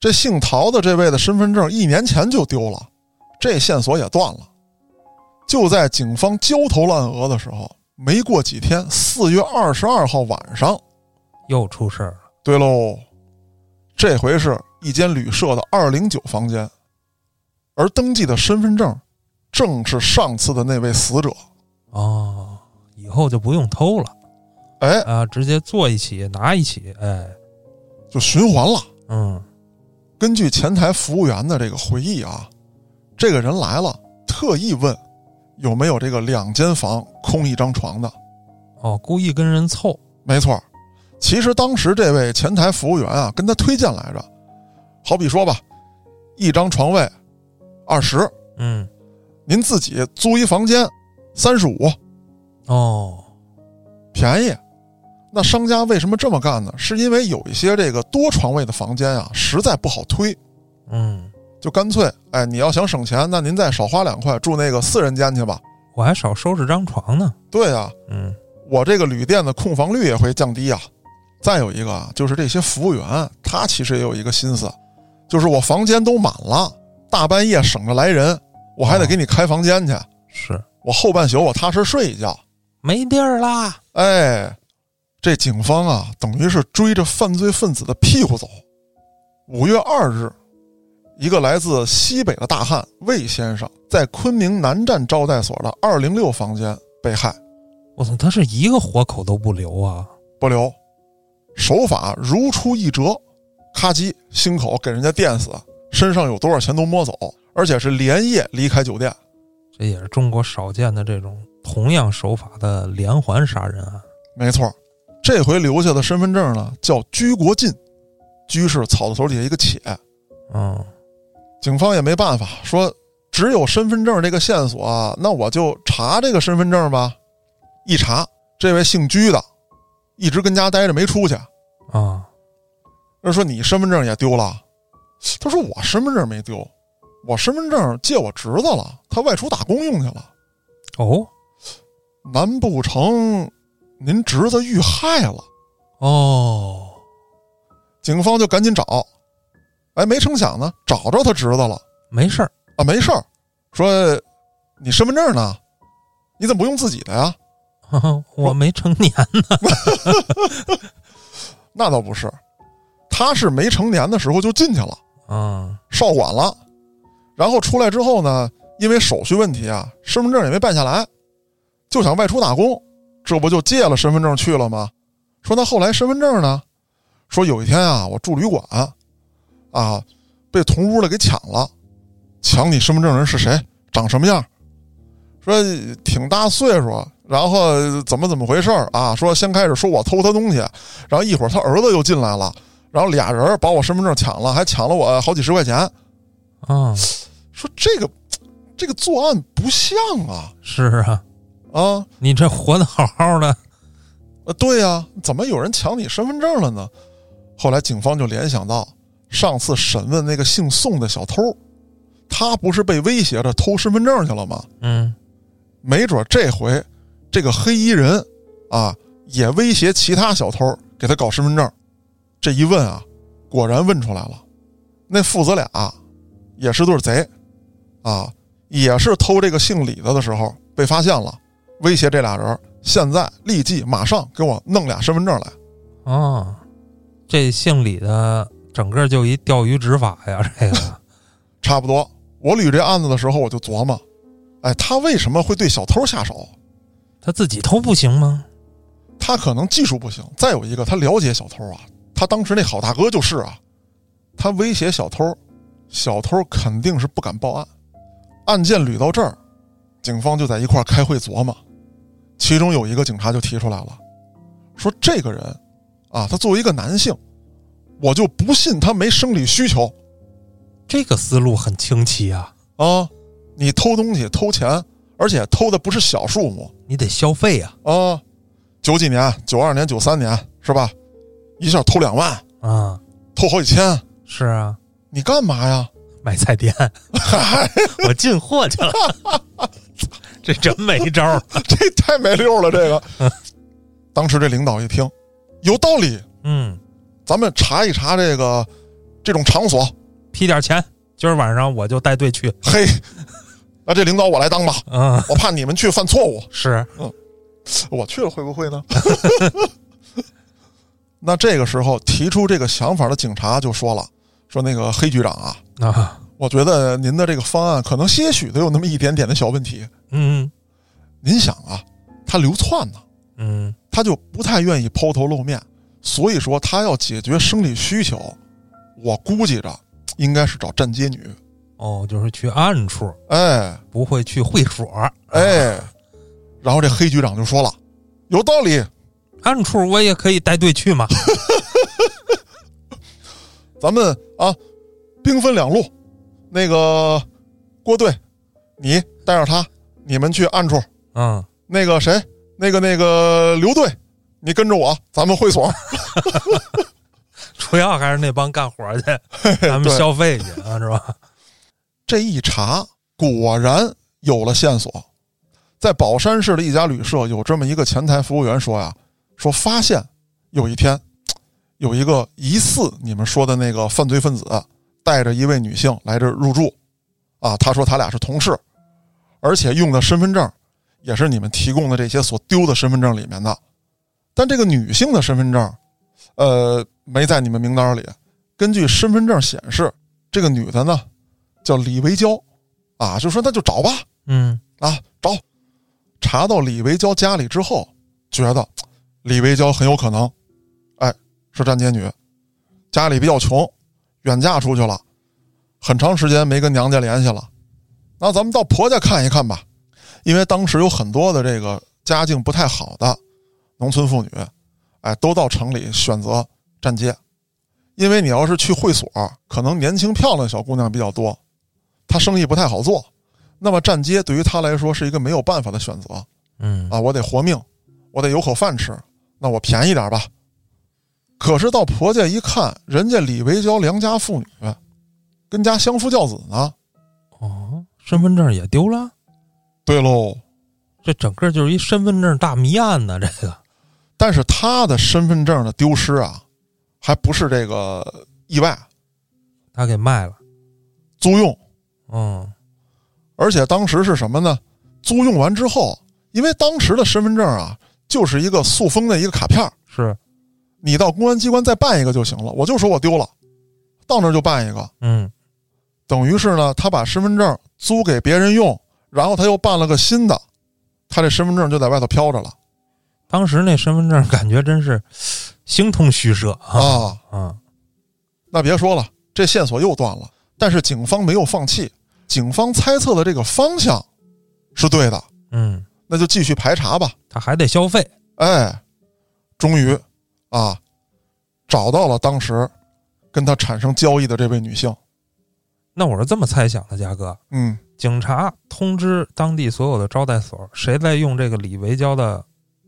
S1: 这姓陶的这位的身份证一年前就丢了，这线索也断了。就在警方焦头烂额的时候，没过几天，四月二十二号晚上，
S2: 又出事儿了。
S1: 对喽，这回是一间旅社的二零九房间，而登记的身份证正是上次的那位死者。
S2: 哦，以后就不用偷了
S1: 哎，
S2: 啊，直接坐一起拿一起，哎，
S1: 就循环了。
S2: 嗯，
S1: 根据前台服务员的这个回忆啊，这个人来了，特意问有没有这个两间房空一张床的。
S2: 哦，故意跟人凑，
S1: 没错儿，其实当时这位前台服务员啊，跟他推荐来着，好比说吧，一张床位二十，
S2: 嗯，
S1: 您自己租一房间三十五，
S2: 哦，
S1: 便宜。那商家为什么这么干呢？是因为有一些这个多床位的房间啊，实在不好推，
S2: 嗯，
S1: 就干脆，哎，你要想省钱，那您再少花两块住那个四人间去吧。
S2: 我还少收拾张床呢，
S1: 对啊，
S2: 嗯，
S1: 我这个旅店的空房率也会降低啊。再有一个啊，就是这些服务员，他其实也有一个心思，就是我房间都满了，大半夜省着来人，我还得给你开房间去，
S2: 是
S1: 我后半宿我踏实睡一觉。
S2: 没地儿啦，
S1: 哎，这警方啊，等于是追着犯罪分子的屁股走。五月二日，一个来自西北的大汉魏先生在昆明南站招待所的二零六房间被害。
S2: 我操，他是一个活口都不留啊，
S1: 不留，手法如出一辙，咔叽，心口给人家电死，身上有多少钱都摸走，而且是连夜离开酒店。
S2: 这也是中国少见的这种同样手法的连环杀人啊案，
S1: 没错，这回留下的身份证呢叫居国进，居是草字头底下一个且，
S2: 嗯，
S1: 警方也没办法，说只有身份证这个线索啊，那我就查这个身份证吧。一查，这位姓居的，一直跟家待着没出去。
S2: 啊，
S1: 人说你身份证也丢了，他说我身份证没丢，我身份证借我侄子了，他外出打工用去了。
S2: 哦，
S1: 难不成您侄子遇害了？
S2: 哦，
S1: 警方就赶紧找，哎，没成想呢，找着他侄子了
S2: 没事儿，
S1: 啊，没事儿。说你身份证呢？你怎么不用自己的呀？
S2: 我没成年，
S1: 那倒不是，他是没成年的时候就进去了，
S2: 嗯，
S1: 少管了，然后出来之后呢，因为手续问题啊，身份证也没办下来，就想外出打工，这不就借了身份证去了吗？说那后来身份证呢？说有一天啊，我住旅馆，啊，被同屋的给抢了，抢你身份证人是谁？长什么样？说挺大岁数，然后怎么怎么回事儿啊？说先开始说我偷他东西，然后一会儿他儿子又进来了，然后俩人把我身份证抢了，还抢了我好几十块钱。
S2: 啊，
S1: 说这个这个作案不像啊
S2: 是啊，
S1: 啊，
S2: 你这活得好好的，
S1: 呃，对呀、怎么有人抢你身份证了呢？后来警方就联想到上次审问那个姓宋的小偷，他不是被威胁着偷身份证去了吗？
S2: 嗯，
S1: 没准这回这个黑衣人啊也威胁其他小偷给他搞身份证。这一问啊，果然问出来了，那父子俩也是对贼啊，也是偷这个姓李的的时候被发现了，威胁这俩人现在立即马上给我弄俩身份证来。
S2: 哦，这姓李的整个就一钓鱼执法 呀，这个
S1: 差不多。我捋这案子的时候，我就琢磨，哎，他为什么会对小偷下手？
S2: 他自己偷不行吗？
S1: 他可能技术不行，再有一个他了解小偷啊，他当时那好大哥就是啊，他威胁小偷，小偷肯定是不敢报案。案件捋到这儿，警方就在一块儿开会琢磨，其中有一个警察就提出来了，说这个人啊，他作为一个男性，我就不信他没生理需求
S2: 这个思路很清奇啊，
S1: 啊！你偷东西偷钱，而且偷的不是小数目，
S2: 你得消费啊
S1: 啊，九几年、九二年、九三年是吧？一下偷两万，
S2: 啊，
S1: 偷好几千，
S2: 是啊，
S1: 你干嘛呀？
S2: 买菜 店，我进货去 了，这真没招儿。
S1: 这太没溜了，这个。当时这领导一听，有道理，
S2: 嗯，
S1: 咱们查一查这个这种场所。
S2: 批点钱，今儿晚上我就带队去。
S1: 嘿，那这领导我来当吧，
S2: 嗯，
S1: 我怕你们去犯错误。
S2: 是，
S1: 我去了会不会呢？ 那这个时候提出这个想法的警察就说了：“说那个黑局长啊，
S2: 啊，
S1: 我觉得您的这个方案可能些许的有那么一点点的小问题。
S2: 嗯
S1: 您想啊，他流窜呢，
S2: 嗯，
S1: 他就不太愿意抛头露面，所以说他要解决生理需求，我估计着应该是找站街女。
S2: 哦，就是去暗处，
S1: 哎
S2: 不会去会所。
S1: 哎，然后这黑局长就说了，有道理，
S2: 暗处我也可以带队 去嘛。
S1: 咱们啊兵分两路，那个郭队，你带着他，你们去暗处。
S2: 嗯，
S1: 那个谁，那个那个刘队，你跟着我，咱们会所。
S2: 主要还是那帮干活去，咱们
S1: 对
S2: 消费去啊，是吧？
S1: 这一查，果然有了线索。在宝山市的一家旅社，有这么一个前台服务员说呀，说发现有一天，有一个疑似你们说的那个犯罪分子，带着一位女性来这儿入住，啊，他说他俩是同事，而且用的身份证也是你们提供的这些所丢的身份证里面的，但这个女性的身份证，呃，没在你们名单里。根据身份证显示，这个女的呢叫李维娇，啊，就说那就找吧，
S2: 嗯
S1: 啊，找。查到李维娇家里之后，觉得李维娇很有可能，哎，是站街女，家里比较穷，远嫁出去了，很长时间没跟娘家联系了。那咱们到婆家看一看吧，因为当时有很多的这个家境不太好的农村妇女，哎，都到城里选择站街，因为你要是去会所，可能年轻漂亮的小姑娘比较多，她生意不太好做，那么站街对于他来说是一个没有办法的选择
S2: 嗯
S1: 啊！我得活命，我得有口饭吃，那我便宜点吧。可是到婆家一看，人家李维娇良家妇女，跟家相夫教子呢。
S2: 哦，身份证也丢了，
S1: 对喽，
S2: 这整个就是一身份证大谜案呢、这个
S1: 但是他的身份证的丢失啊，还不是这个意外
S2: 他给卖了。
S1: 租用，
S2: 嗯
S1: 而且当时是什么呢？租用完之后，因为当时的身份证啊，就是一个塑封的一个卡片儿，
S2: 是，
S1: 你到公安机关再办一个就行了。我就说我丢了，到那儿就办一个。
S2: 嗯
S1: 等于是呢，他把身份证租给别人用，然后他又办了个新的，他这身份证就在外头飘着了
S2: 当时那身份证感觉真是形同虚设啊
S1: 啊。
S2: 啊！
S1: 那别说了，这线索又断了。但是警方没有放弃，警方猜测的这个方向是对的，
S2: 嗯，
S1: 那就继续排查吧。
S2: 他还得消费。
S1: 哎，终于啊，找到了当时跟他产生交易的这位女性。
S2: 那我是这么猜想的，嘉哥，
S1: 嗯，
S2: 警察通知当地所有的招待所，谁再用这个李维娇的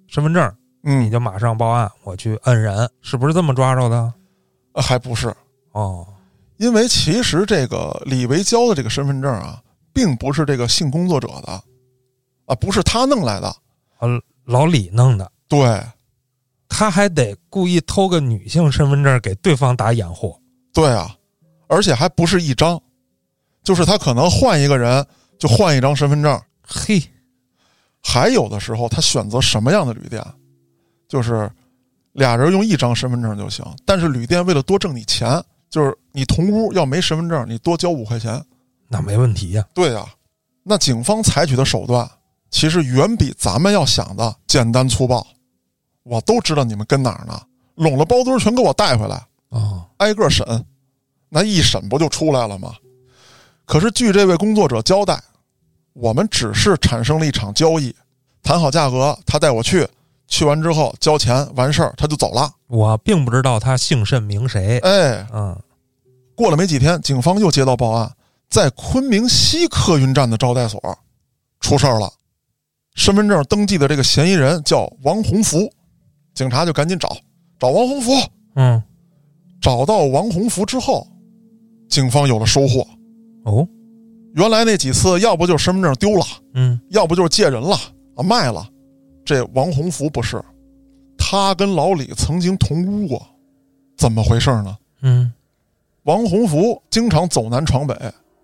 S2: 身份证，你
S1: 嗯，
S2: 就马上报案，我去摁人，是不是这么抓着的？
S1: 呃还不是，
S2: 哦，
S1: 因为其实这个李维娇的这个身份证啊，并不是这个性工作者的，啊，不是他弄来的。
S2: 呃，老李弄的，
S1: 对
S2: 他还得故意偷个女性身份证给对方打掩护。
S1: 对啊，而且还不是一张，就是他可能换一个人就换一张身份证。
S2: 嘿，
S1: 还有的时候，他选择什么样的旅店，就是俩人用一张身份证就行。但是旅店为了多挣你钱，就是你同屋要没身份证，你多交五块钱。
S2: 那没问题呀、
S1: 对啊，那警方采取的手段其实远比咱们要想的简单粗暴。我都知道你们跟哪儿呢，拢了包堆儿全给我带回来，
S2: 哦，
S1: 挨个审，那一审不就出来了吗？可是据这位工作者交代，我们只是产生了一场交易，谈好价格，他带我去，去完之后交钱完事儿他就走了。
S2: 我并不知道他姓甚名谁。
S1: 哎，
S2: 嗯，
S1: 过了没几天，警方又接到报案，在昆明西客运站的招待所出事儿了，身份证登记的这个嫌疑人叫王洪福，警察就赶紧找找王洪福，
S2: 嗯，
S1: 找到王洪福之后，警方有了收获。
S2: 哦，
S1: 原来那几次，要不就是身份证丢了，
S2: 嗯，
S1: 要不就是借人了啊卖了。这王洪福不是，他跟老李曾经同屋过，怎么回事呢？
S2: 嗯，
S1: 王洪福经常走南闯北，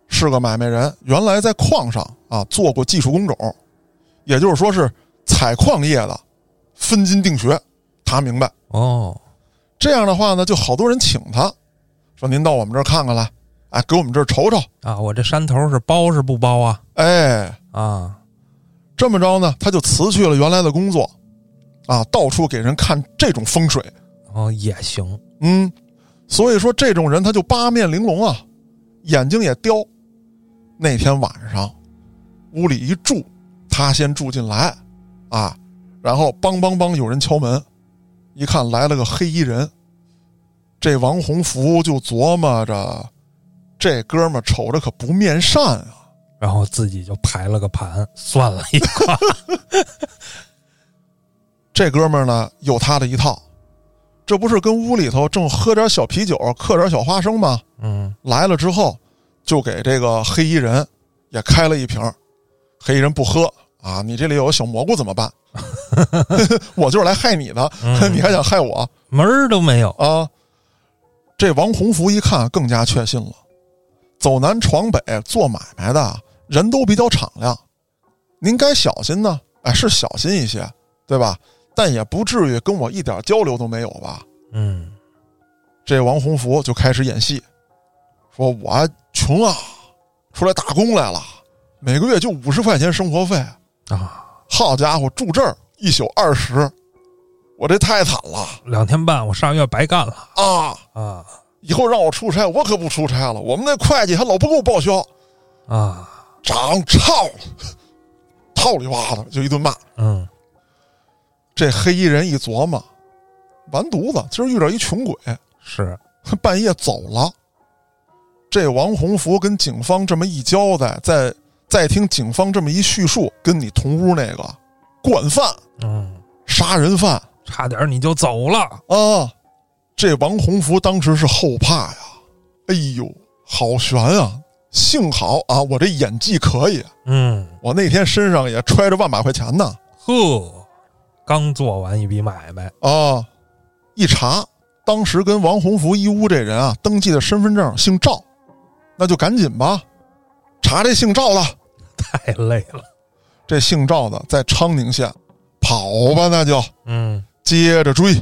S1: 是个买卖人。原来在矿上啊做过技术工种，也就是说是采矿业的，分金定穴。他明白
S2: 哦，
S1: 这样的话呢，就好多人请他，说您到我们这儿看看来，哎，给我们这儿瞅瞅。
S2: 啊，我这山头是包是不包啊？
S1: 哎，
S2: 啊，
S1: 这么着呢，他就辞去了原来的工作，啊，到处给人看这种风水。
S2: 哦，也行。
S1: 嗯，所以说这种人他就八面玲珑啊，眼睛也刁。那天晚上，屋里一住，他先住进来，啊，然后梆梆梆有人敲门，一看来了个黑衣人。这王洪福就琢磨着，这哥们儿瞅着可不面善啊。
S2: 然后自己就排了个盘，算了一 卦。
S1: 这哥们儿呢有他的一套，这不是跟屋里头正喝点小啤酒，嗑点小花生吗？
S2: 嗯，
S1: 来了之后，就给这个黑衣人也开了一瓶儿。黑衣人不喝啊，你这里有个小蘑菇怎么办？我就是来害你的，
S2: 嗯
S1: 你还想害我
S2: 门儿都没有。
S1: 啊？这王洪福一看更加确信了，走南闯北做买卖的人都比较敞亮，您该小心呢。哎，是小心一些，对吧？但也不至于跟我一点交流都没有吧？
S2: 嗯，
S1: 这王洪福就开始演戏，说我穷啊，出来打工来了，每个月就五十块钱生活费，
S2: 啊，
S1: 好家伙，住这儿一宿二十，我这太惨了
S2: 两天半，我上月白干了
S1: 啊！
S2: 啊
S1: 以后让我出差，我可不出差了。我们那会计还老不给我报销，
S2: 啊，
S1: 长操，套里哇的就一顿骂。
S2: 嗯
S1: 这黑衣人一琢磨，完犊子，今儿遇着一穷鬼，
S2: 是，
S1: 半夜走了。这王洪福跟警方这么一交代，再再听警方这么一叙述，跟你同屋那个惯犯、
S2: 嗯，
S1: 杀人犯
S2: 差点你就走了。
S1: 啊，这王洪福当时是后怕呀，哎呦，好悬啊！幸好啊，我这演技可以，
S2: 嗯，
S1: 我那天身上也揣着万把块钱呢
S2: 呵，刚做完一笔买卖，
S1: 啊！一查，当时跟王洪福一屋这人啊，登记的身份证姓赵，那就赶紧吧，查这姓赵的。
S2: 太累了。
S1: 这姓赵的在昌宁县，跑吧，那就
S2: 嗯，
S1: 接着追。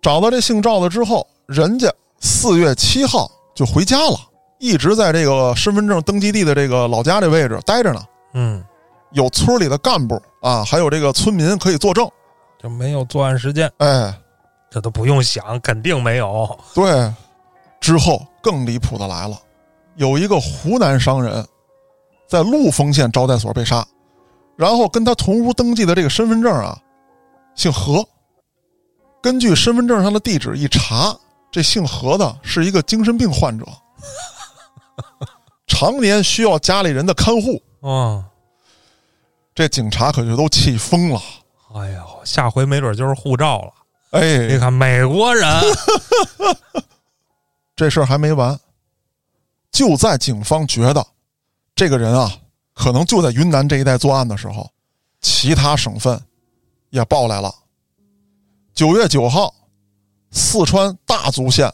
S1: 找到这姓赵的之后，人家四月七号就回家了，一直在这个身份证登记地的这个老家这位置待着呢。
S2: 嗯，
S1: 有村里的干部啊，还有这个村民可以作证。
S2: 就没有作案时间，
S1: 哎，
S2: 这都不用想，肯定没有。
S1: 对，之后更离谱的来了，有一个湖南商人，在陆丰县招待所被杀，然后跟他同屋登记的这个身份证啊，姓何。根据身份证上的地址一查，这姓何的是一个精神病患者，常年需要家里人的看护。
S2: 嗯，
S1: 这警察可就都气疯了，
S2: 哎呦，下回没准就是护照了。你
S1: 哎，
S2: 看美国 人，
S1: 这事儿还没完。就在警方觉得这个人啊，可能就在云南这一带作案的时候，其他省份也报来了。九月九号，四川大足县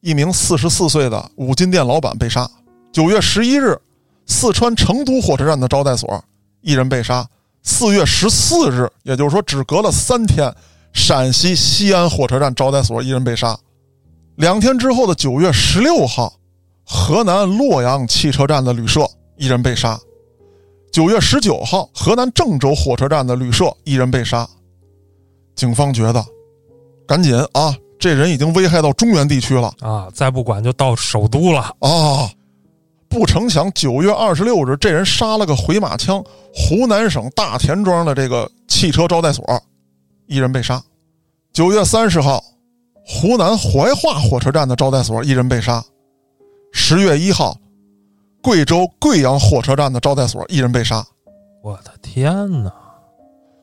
S1: 一名四十四岁的五金店老板被杀。九月十一日，四川成都火车站的招待所一人被杀。四月十四日，也就是说只隔了三天，陕西西安火车站招待所一人被杀。两天之后的九月十六号，河南洛阳汽车站的旅社一人被杀；九月十九号，河南郑州火车站的旅社一人被杀。警方觉得，赶紧啊，这人已经危害到中原地区了
S2: 啊，再不管就到首都了。
S1: 啊！不成想，九月二十六日，这人杀了个回马枪，湖南省大田庄的这个汽车招待所，一人被杀。九月三十号，湖南怀化火车站的招待所一人被杀。十月一号，贵州贵阳火车站的招待所一人被杀。
S2: 我的天哪，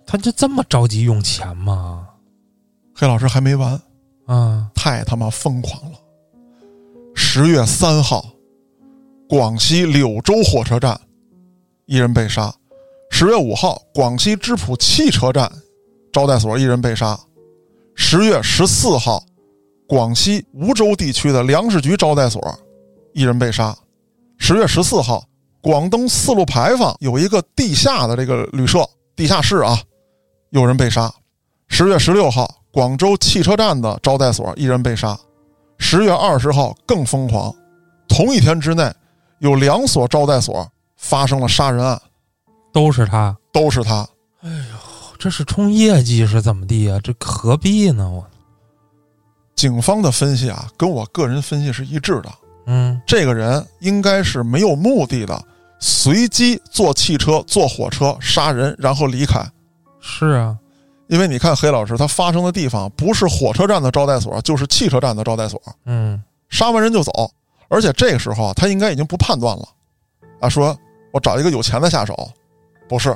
S2: 他就这么着急用钱吗？
S1: 黑老师还没完，
S2: 啊，
S1: 太他妈疯狂了！十月三号，广西柳州火车站一人被杀；十月五号，广西芝浦汽车站招待所一人被杀；十月十四号，广西梧州地区的粮食局招待所一人被杀；十月十四号，广东四路牌坊有一个地下的这个旅社地下室啊，有人被杀；十月十六号，广州汽车站的招待所一人被杀；十月二十号更疯狂，同一天之内有两所招待所发生了杀人案，
S2: 都是他，
S1: 都是他。
S2: 这是冲业绩是怎么地啊？这何必呢？我，
S1: 警方的分析啊，跟我个人分析是一致的。
S2: 嗯，
S1: 这个人应该是没有目的的，随机坐汽车、坐火车杀人，然后离开。
S2: 是啊，
S1: 因为你看黑老师，他发生的地方不是火车站的招待所，就是汽车站的招待所。
S2: 嗯，
S1: 杀完人就走，而且这个时候啊，他应该已经不判断了，啊，说我找一个有钱的下手，不是，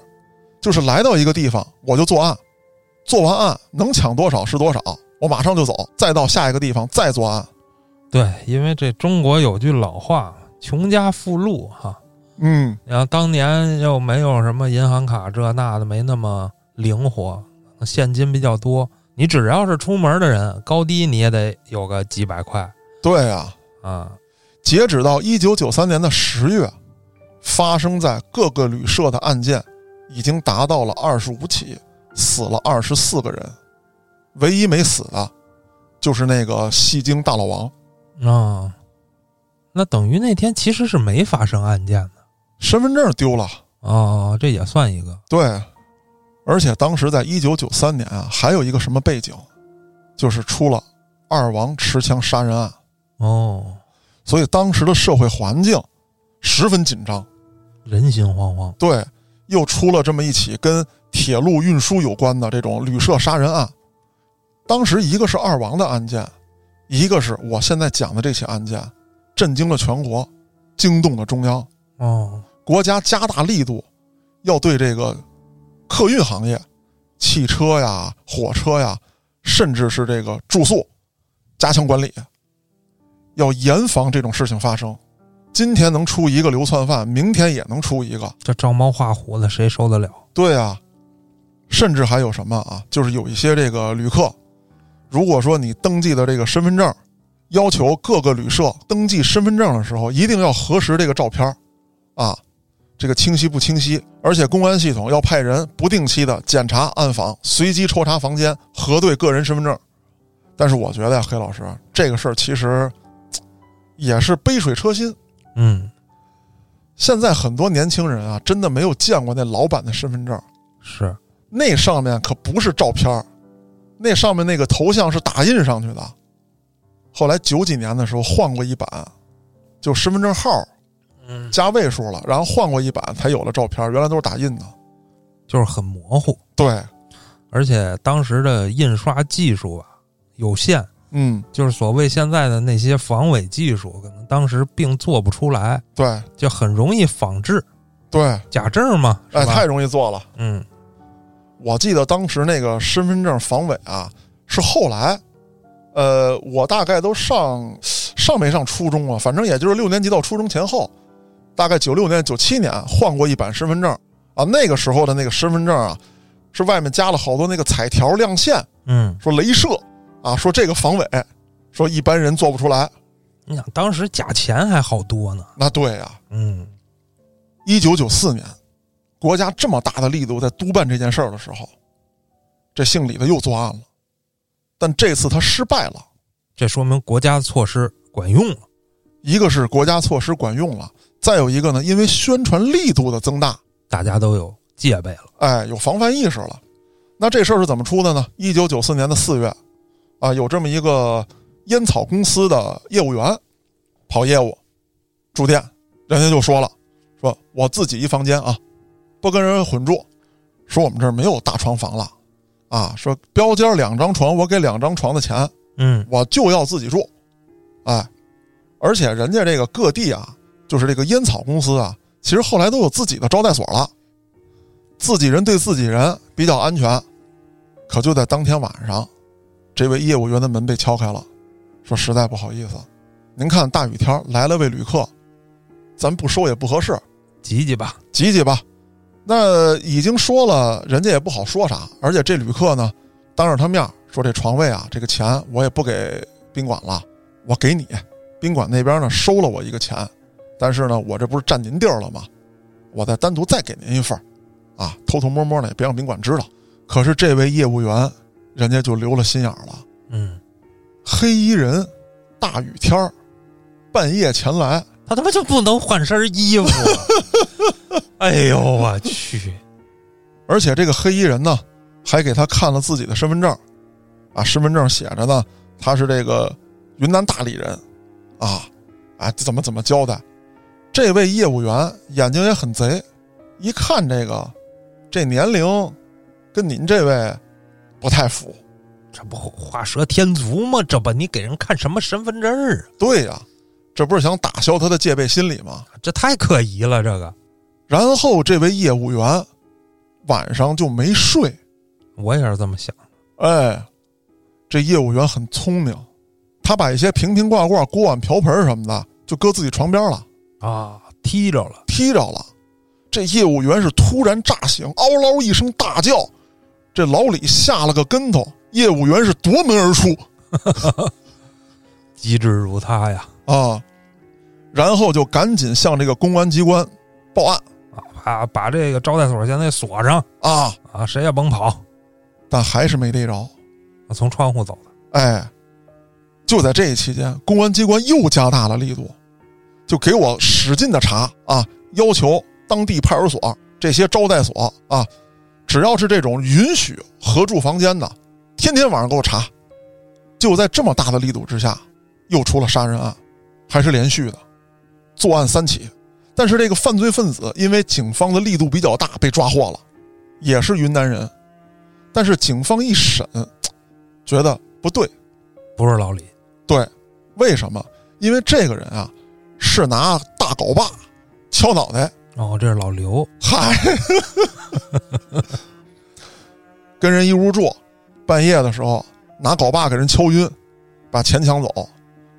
S1: 就是来到一个地方我就作案，做完案能抢多少是多少，我马上就走，再到下一个地方再作案。
S2: 对，因为这中国有句老话，穷家富路哈、
S1: 嗯，
S2: 然后当年又没有什么银行卡这那的，没那么灵活，现金比较多。你只要是出门的人，高低你也得有个几百块
S1: 对啊，
S2: 啊。
S1: 截止到一九九三年的十月，发生在各个旅社的案件已经达到了二十五起，死了二十四个人，唯一没死的，就是那个戏精大老王。
S2: 啊，那等于那天其实是没发生案件的
S1: 身份证丢了，
S2: 哦，这也算一个。
S1: 对，而且当时在一九九三年啊，还有一个什么背景，就是出了二王持枪杀人案，
S2: 哦，
S1: 所以当时的社会环境十分紧张。
S2: 人心惶惶。
S1: 对，又出了这么一起跟铁路运输有关的这种旅社杀人案。当时一个是二王的案件，一个是我现在讲的这起案件，震惊了全国，惊动了中央，
S2: 哦，
S1: 国家加大力度要对这个客运行业、汽车呀、火车呀，甚至是这个住宿加强管理，要严防这种事情发生。今天能出一个流窜犯，明天也能出一个。
S2: 这照猫画虎的，谁受得了？
S1: 对啊，甚至还有什么啊？就是有一些这个旅客，如果说你登记的这个身份证，要求各个旅社登记身份证的时候，一定要核实这个照片儿啊，这个清晰不清晰？而且公安系统要派人不定期的检查暗访，随机抽查房间，核对个人身份证。但是我觉得呀，黑老师这个事儿其实也是杯水车薪。
S2: 嗯，
S1: 现在很多年轻人啊，真的没有见过那老板的身份证。
S2: 是
S1: 那上面可不是照片儿，那上面那个头像是打印上去的。后来九几年的时候换过一版，就身份证号儿
S2: 嗯
S1: 加位数了，然后换过一版才有了照片儿，原来都是打印的。
S2: 就是很模糊，
S1: 对，
S2: 而且当时的印刷技术啊有限，
S1: 嗯，
S2: 就是所谓现在的那些防伪技术，可能当时并做不出来，
S1: 对
S2: 就很容易仿制
S1: 对，
S2: 假证嘛，是
S1: 哎，
S2: 吧？
S1: 太容易做了。
S2: 嗯
S1: 我记得当时那个身份证防伪啊，是后来，呃，我大概都上上没上初中啊，反正也就是六年级到初中前后，大概九六年、九七年换过一版身份证啊。那个时候的那个身份证啊，是外面加了好多那个彩条亮线，
S2: 嗯，
S1: 说镭射啊，说这个防伪，说一般人做不出来。
S2: 你想当时假钱还好多呢，
S1: 那对呀、啊，
S2: 嗯
S1: 一九九四年，国家这么大的力度在督办这件事儿的时候，这姓李的又作案了，但这次他失败了。
S2: 这说明国家的措施管用了。
S1: 一个是国家措施管用了，再有一个呢，因为宣传力度的增大，
S2: 大家都有戒备了。
S1: 哎，有防范意识了。那这事儿是怎么出的呢？一九九四年的四月，啊，有这么一个烟草公司的业务员跑业务，住店人家就说了，说我自己一房间啊，不跟人混住，说我们这儿没有大床房了，啊，说标间两张床，我给两张床的钱，
S2: 嗯
S1: 我就要自己住，哎，而且人家这个各地啊，就是这个烟草公司啊，其实后来都有自己的招待所了，自己人对自己人比较安全。可就在当天晚上，这位业务员的门被敲开了，说实在不好意思，您看大雨天儿来了位旅客，咱不收也不合适，
S2: 挤挤吧，
S1: 挤挤吧。那已经说了，人家也不好说啥，而且这旅客呢，当着他面儿说这床位啊，这个钱我也不给宾馆了，我给你。宾馆那边呢收了我一个钱，但是呢，我这不是占您地儿了吗？我再单独再给您一份儿，啊，偷偷摸摸的也别让宾馆知道。可是这位业务员，人家就留了心眼儿了，
S2: 嗯，
S1: 黑衣人，大雨天儿，半夜前来，
S2: 他他妈就不能换身衣服？哎呦我去，
S1: 而且这个黑衣人呢，还给他看了自己的身份证，啊，身份证写着呢，他是这个云南大理人，啊，啊，怎么怎么交代？这位业务员眼睛也很贼，一看这个，这年龄跟您这位不太符。
S2: 这不画蛇添足吗？这不你给人看什么身份证啊儿
S1: 对呀、这不是想打消他的戒备心理吗？
S2: 啊？这太可疑了，这个
S1: 然后这位业务员晚上就没睡，
S2: 我也是这么想。
S1: 哎，这业务员很聪明，他把一些瓶瓶罐罐、锅碗瓢盆什么的就搁自己床边了，
S2: 啊，踢着了，
S1: 踢着了。这业务员是突然炸醒，嗷唠一声大叫，这老李下了个跟头，业务员是夺门而出
S2: 机智如他呀！
S1: 啊，然后就赶紧向这个公安机关报案
S2: 啊，把把这个招待所现在锁上
S1: 啊，
S2: 啊，谁也甭跑，
S1: 但还是没逮着。
S2: 啊从窗户走的。
S1: 哎，就在这一期间，公安机关又加大了力度，就给我使劲的查啊，要求当地派出所这些招待所啊，只要是这种允许合住房间的，天天晚上给我查。就在这么大的力度之下，又出了杀人案，还是连续的，作案三起。但是这个犯罪分子因为警方的力度比较大，被抓获了，也是云南人。但是警方一审，觉得不对，
S2: 不是老李，
S1: 对，为什么？因为这个人啊，是拿大镐把敲脑袋，
S2: 哦，这是老刘，
S1: 嗨， 跟人一屋住，半夜的时候拿镐把给人敲晕，把钱抢走，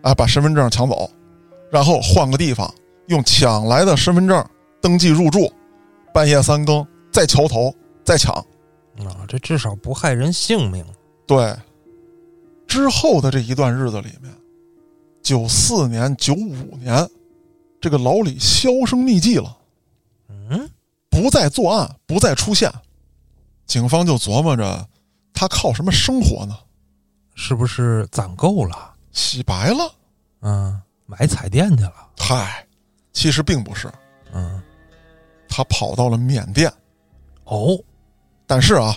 S1: 啊，把身份证抢走，然后换个地方用抢来的身份证登记入住，半夜三更再敲头再抢，
S2: 啊，这至少不害人性命。
S1: 对，之后的这一段日子里面，九四年、九五年，这个老李销声匿迹了，
S2: 嗯，
S1: 不再作案，不再出现。警方就琢磨着，他靠什么生活呢？
S2: 是不是攒够了？
S1: 洗白了？
S2: 嗯，买彩电去了。
S1: 嗨，其实并不是，
S2: 嗯，
S1: 他跑到了缅甸，
S2: 哦
S1: 但是啊，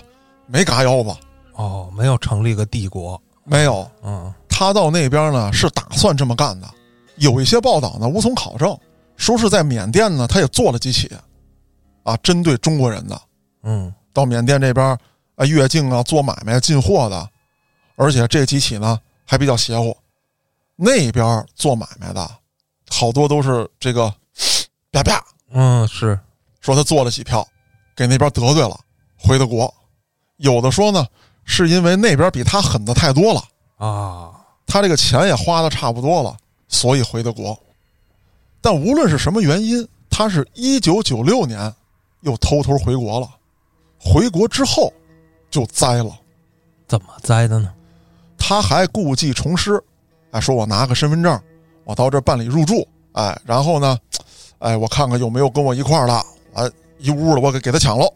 S1: 没嘎腰子，
S2: 哦，没有成立个帝国。
S1: 没有。
S2: 嗯，
S1: 他到那边呢是打算这么干的，有一些报道呢无从考证，说是在缅甸呢他也做了几起，啊，针对中国人的，
S2: 嗯，
S1: 到缅甸这边啊越境啊做买卖进货的，而且这啊几起呢还比较邪乎，那边啊做买卖的好多都是这个啪啪
S2: 嗯，是
S1: 说他做了几票，给那边得罪了，回的国，有的说呢是因为那边比他狠的太多了。
S2: 啊，
S1: 他这个钱也花的差不多了，所以回的国。但无论是什么原因，他是一九九六年又偷偷回国了。回国之后就栽了，
S2: 怎么栽的呢？
S1: 他还故技重施，哎，说我拿个身份证，我到这儿办理入住，哎，然后呢，哎，我看看有没有跟我一块儿的，哎，一屋的我给给他抢喽。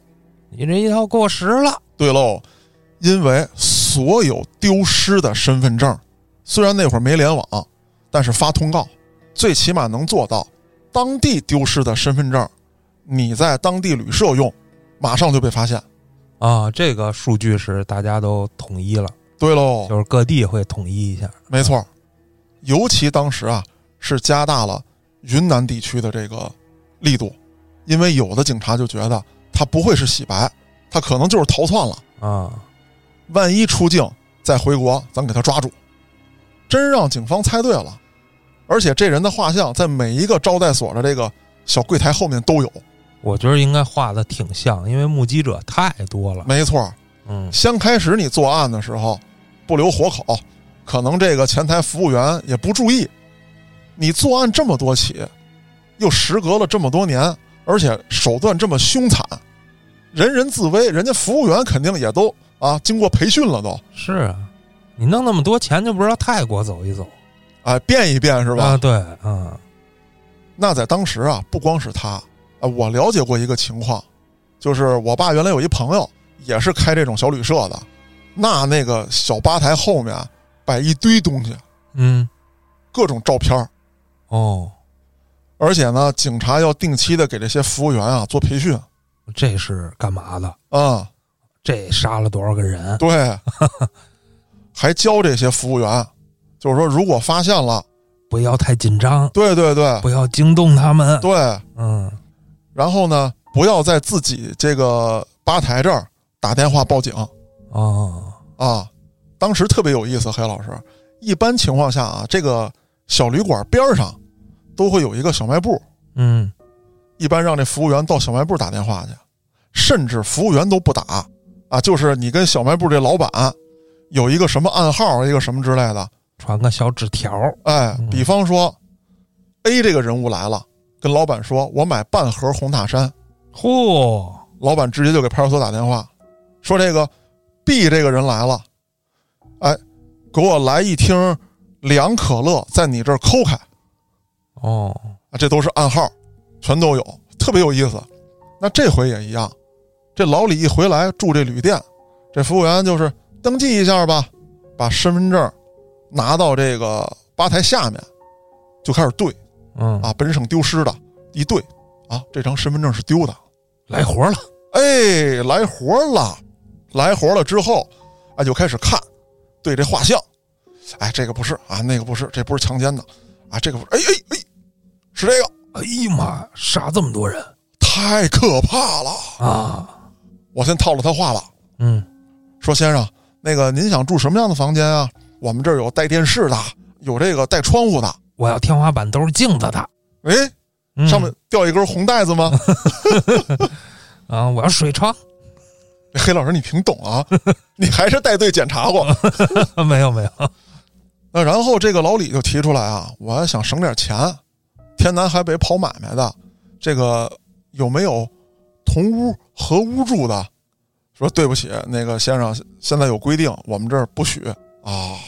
S2: 你这一条过时了。
S1: 对喽，因为所有丢失的身份证，虽然那会儿没联网，但是发通告，最起码能做到当地丢失的身份证，你在当地旅社用，马上就被发现。
S2: 啊，这个数据是大家都统一了，
S1: 对喽，
S2: 就是各地会统一一下。
S1: 没错，尤其当时啊，是加大了云南地区的这个力度，因为有的警察就觉得他不会是洗白，他可能就是逃窜了。
S2: 啊，
S1: 万一出境再回国，咱给他抓住。真让警方猜对了，而且这人的画像在每一个招待所的这个小柜台后面都有。
S2: 我觉得应该画的挺像，因为目击者太多了。
S1: 没错，
S2: 嗯
S1: 先开始你作案的时候不留活口，可能这个前台服务员也不注意。你作案这么多起，又时隔了这么多年，而且手段这么凶残，人人自危，人家服务员肯定也都啊经过培训了都，
S2: 是啊，你弄那么多钱就不知道泰国走一走
S1: 哎，变一变是吧？
S2: 啊？对，嗯
S1: 那在当时啊，不光是他，啊，我了解过一个情况，就是我爸原来有一朋友也是开这种小旅社的，那那个小吧台后面啊摆一堆东西，
S2: 嗯，
S1: 各种照片儿，
S2: 哦，
S1: 而且呢，警察要定期的给这些服务员啊做培训
S2: 这是干嘛的？
S1: 啊、
S2: 这杀了多少个人？
S1: 对，还教这些服务员，就是说如果发现了，
S2: 不要太紧张，
S1: 对对对
S2: 不要惊动他们。
S1: 对，
S2: 嗯，
S1: 然后呢，不要在自己这个吧台这儿打电话报警。
S2: 哦，
S1: 啊，当时特别有意思，黑老师。一般情况下啊，这个小旅馆边儿上都会有一个小卖部，
S2: 嗯，
S1: 一般让这服务员到小卖部打电话去，甚至服务员都不打啊，就是你跟小卖部这老板有一个什么暗号，一个什么之类的。
S2: 传个小纸条。
S1: 哎
S2: 嗯，
S1: 比方说 A 这个人物来了，跟老板说我买半盒红塔山，
S2: 嚯，
S1: 老板直接就给派出所打电话，说这个 B 这个人来了，哎，给我来一听两可乐，在你这儿抠开啊，
S2: 哦，
S1: 这都是暗号，全都有，特别有意思。那这回也一样，这老李一回来住这旅店，这服务员就是登记一下吧，把身份证拿到这个吧台下面，就开始对
S2: 嗯，
S1: 啊，本省丢失的一对啊，这张身份证是丢的，
S2: 来活了。
S1: 哎，来活了，来活了之后，啊，就开始看，对这画像，哎，这个不是啊，那个不是，这不是强奸的，啊，这个不是，哎哎哎，是这个，
S2: 哎呀妈，杀这么多人
S1: 太可怕了！
S2: 啊！
S1: 我先套了他话吧，
S2: 嗯，
S1: 说先生，那个您想住什么样的房间啊？我们这儿有带电视的，有这个带窗户的，
S2: 我要天花板都是镜子的，
S1: 哎，
S2: 嗯
S1: 上面吊一根红带子吗？
S2: 啊，我要水窗。
S1: 黑老师，你挺懂啊，你还是带队检查过。
S2: 没有没有，
S1: 那然后这个老李就提出来啊，我要想省点钱，天南海北跑买卖的，这个有没有同屋合屋住的？说对不起，那个先生，现在有规定，我们这儿不许啊。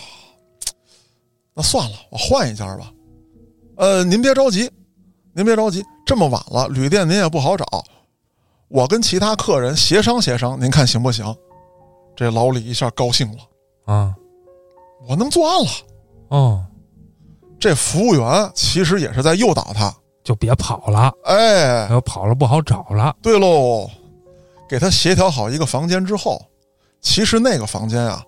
S1: 那算了，我换一家吧。呃，您别着急，您别着急，这么晚了，旅店您也不好找。我跟其他客人协商协商，您看行不行？这老李一下高兴了，
S2: 啊，
S1: 我能作案了。
S2: 哦，
S1: 这服务员其实也是在诱导他。
S2: 就别跑了，
S1: 哎，
S2: 要跑了不好找了。
S1: 对喽，给他协调好一个房间之后，其实那个房间啊，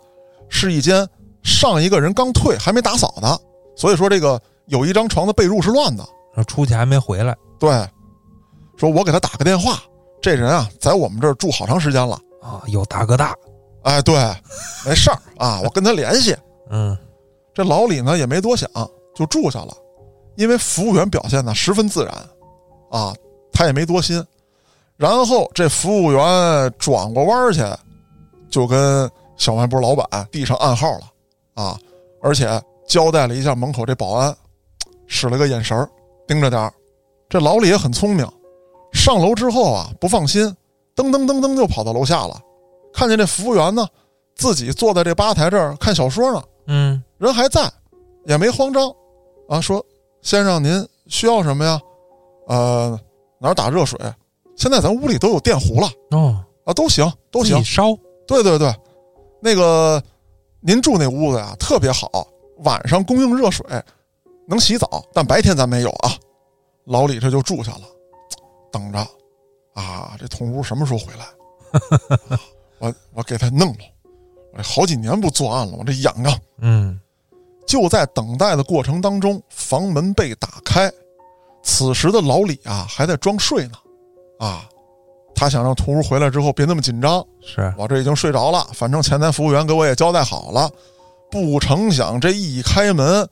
S1: 是一间上一个人刚退还没打扫的，所以说这个有一张床的被褥是乱的。
S2: 然后出去还没回来
S1: 对，说我给他打个电话，这人啊在我们这儿住好长时间了。
S2: 啊，有大哥大，
S1: 哎，对，没事儿啊，我跟他联系。
S2: 嗯，
S1: 这老李呢也没多想，就住下了，因为服务员表现呢十分自然，啊，他也没多心。然后这服务员转过弯儿去，就跟小卖部老板递上暗号了，啊，而且交代了一下门口这保安，使了个眼神儿，盯着点儿。这老李也很聪明，上楼之后啊不放心，噔噔噔噔就跑到楼下了，看见这服务员呢自己坐在这吧台这儿看小说呢。
S2: 嗯，
S1: 人还在，也没慌张，啊，说先生您需要什么呀？呃，哪儿打热水？现在咱屋里都有电壶了
S2: 哦，
S1: 啊，都行，都行
S2: 自己。烧，
S1: 对对对，那个您住那屋子呀特别好，晚上供应热水，能洗澡，但白天咱没有啊。老李这就住下了，等着啊，这同屋什么时候回来？ 啊我我给他弄了，我这好几年不作案了，我这啊痒痒。
S2: 嗯，
S1: 就在等待的过程当中，房门被打开，此时的老李啊还在装睡呢，啊，他想让屠夫回来之后别那么紧张，
S2: 是
S1: 我这已经睡着了，反正前台服务员给我也交代好了。不成想这一开门，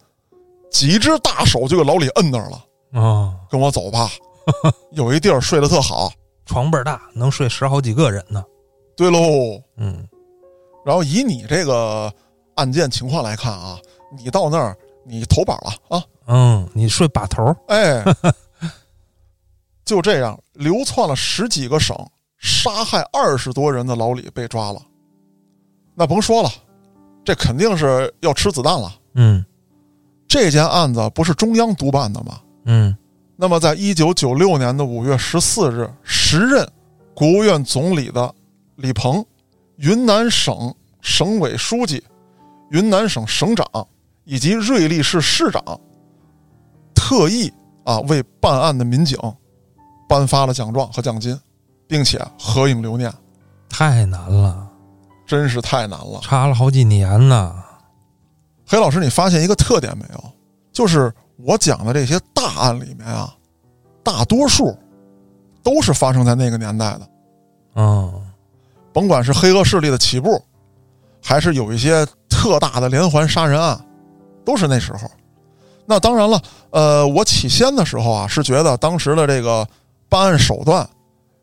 S1: 几只大手就给老李摁那儿了，
S2: 哦，
S1: 跟我走吧。有一地儿睡得特好，
S2: 床倍儿大，能睡十好几个人呢。
S1: 对喽。
S2: 嗯，
S1: 然后以你这个案件情况来看啊，你到那儿你头板了啊，
S2: 嗯，你睡把头儿，
S1: 哎， 就这样流窜了十几个省，杀害二十多人的老李被抓了。那甭说了，这肯定是要吃子弹了。
S2: 嗯
S1: 这件案子不是中央督办的吗？
S2: 嗯，
S1: 那么，在一九九六年的五月十四日，时任国务院总理的李鹏、云南省省委书记、云南省省长以及瑞丽市市长，特意啊为办案的民警颁发了奖状和奖金，并且合影留念，
S2: 太难了，
S1: 真是太难了。
S2: 查了好几年呢。
S1: 黑老师，你发现一个特点没有？就是我讲的这些大案里面啊，大多数都是发生在那个年代的，
S2: 嗯
S1: 甭管是黑恶势力的起步，还是有一些特大的连环杀人案，都是那时候。那当然了，呃，我起先的时候啊，是觉得当时的这个办案手段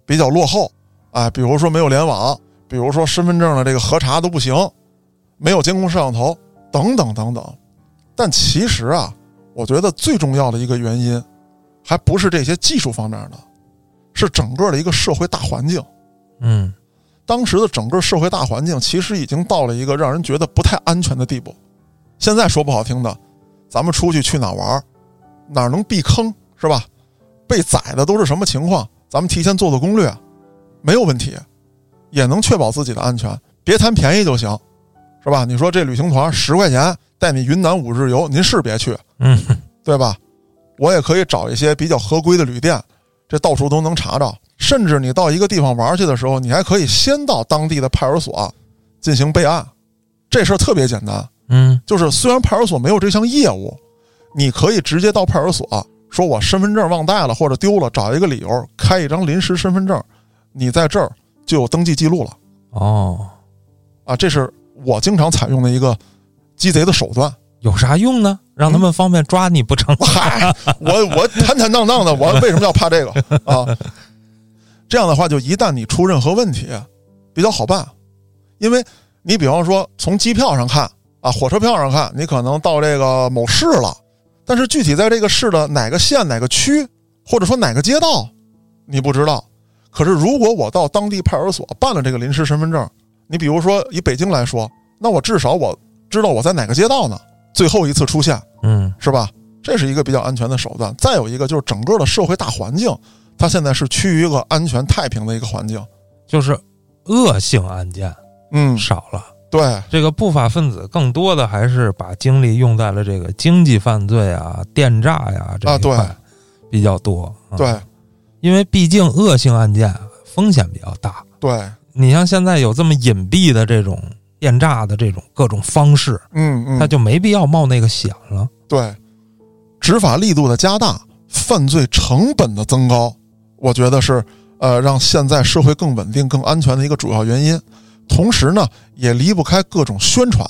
S1: 比较落后，哎，比如说没有联网，比如说身份证的这个核查都不行，没有监控摄像头，等等等等。但其实啊，我觉得最重要的一个原因，还不是这些技术方面的，是整个的一个社会大环境。
S2: 嗯，
S1: 当时的整个社会大环境其实已经到了一个让人觉得不太安全的地步。现在说不好听的，咱们出去去哪儿玩儿，哪儿能避坑是吧？被宰的都是什么情况？咱们提前做做攻略，没有问题，也能确保自己的安全。别贪便宜就行，是吧？你说这旅行团十块钱带你云南五日游，您是别去，
S2: 嗯，
S1: 对吧？我也可以找一些比较合规的旅店，这到处都能查着。甚至你到一个地方玩去的时候，你还可以先到当地的派出所进行备案，这事儿特别简单。
S2: 嗯
S1: 就是虽然派出所没有这项业务，你可以直接到派出所说我身份证忘带了或者丢了，找一个理由开一张临时身份证，你在这儿就有登记记录了
S2: 哦，
S1: 啊。这是我经常采用的一个鸡贼的手段。
S2: 有啥用呢？让
S1: 嗯
S2: 他们方便抓你不 成？
S1: 嗨，我我坦坦荡荡的，我为什么要怕这个啊？这样的话，就一旦你出任何问题，啊比较好办，因为你比方说从机票上看啊，火车票上看，你可能到这个某市了，但是具体在这个市的哪个县、哪个区，或者说哪个街道，你不知道。可是如果我到当地派出所办了这个临时身份证，你比如说以北京来说，那我至少我知道我在哪个街道呢，最后一次出现。
S2: 嗯
S1: 是吧？这是一个比较安全的手段。再有一个就是整个的社会大环境，它现在是趋于一个安全太平的一个环境。
S2: 就是恶性案件
S1: 嗯，
S2: 少了。
S1: 对，
S2: 这个不法分子更多的还是把精力用在了这个经济犯罪啊、电诈呀、这一块
S1: 啊
S2: 比较多。啊
S1: 对，
S2: 因为毕竟恶性案件风险比较大。
S1: 对，
S2: 你像现在有这么隐蔽的这种电诈的这种各种方式，
S1: 嗯
S2: 他
S1: 嗯，
S2: 就没必要冒那个险了。
S1: 对，执法力度的加大，犯罪成本的增高，我觉得是呃让现在社会更稳定、更安全的一个主要原因。同时呢，也离不开各种宣传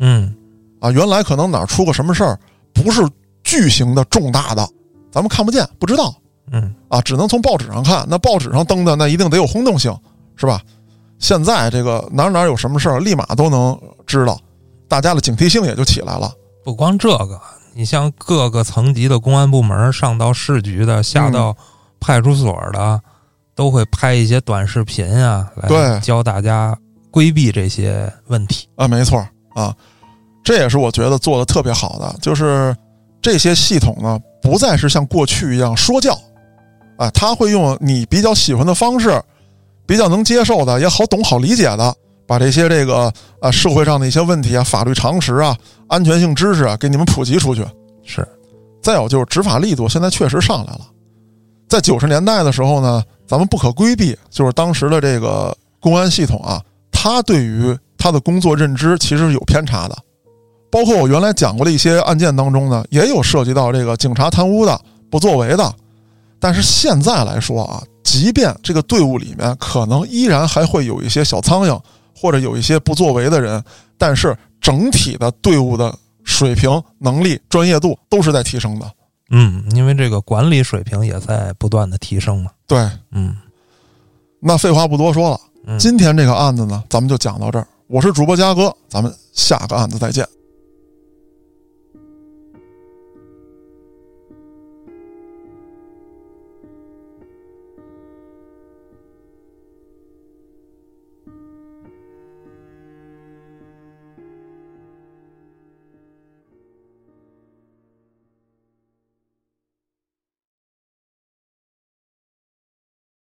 S2: 嗯
S1: 啊。原来可能哪儿出个什么事儿，不是巨型的、重大的，咱们看不见、不知道。
S2: 嗯
S1: 啊，只能从报纸上看。那报纸上登的那一定得有轰动性，是吧？现在这个哪儿哪儿有什么事儿，立马都能知道，大家的警惕性也就起来了。
S2: 不光这个，你像各个层级的公安部门，上到市局的，下到派出所的，都会拍一些短视频啊，来
S1: 对
S2: 教大家规避这些问题。
S1: 啊，没错儿啊，这也是我觉得做的特别好的，就是这些系统呢，不再是像过去一样说教，啊，他会用你比较喜欢的方式，比较能接受的，也好懂好理解的，把这些这个啊社会上的一些问题啊、法律常识啊、安全性知识啊，给你们普及出去。
S2: 是，
S1: 再有就是执法力度现在确实上来了，在九十年代的时候呢，咱们不可规避，就是当时的这个公安系统啊，它对于它的工作认知其实是有偏差的。包括我原来讲过的一些案件当中呢，也有涉及到这个警察贪污的、不作为的，但是现在来说啊，即便这个队伍里面可能依然还会有一些小苍蝇，或者有一些不作为的人，但是整体的队伍的水平、能力、专业度都是在提升的。
S2: 嗯，因为这个管理水平也在不断的提升嘛。
S1: 对，
S2: 嗯
S1: 那废话不多说了，
S2: 嗯，
S1: 今天这个案子呢，咱们就讲到这儿。我是主播嘉哥，咱们下个案子再见。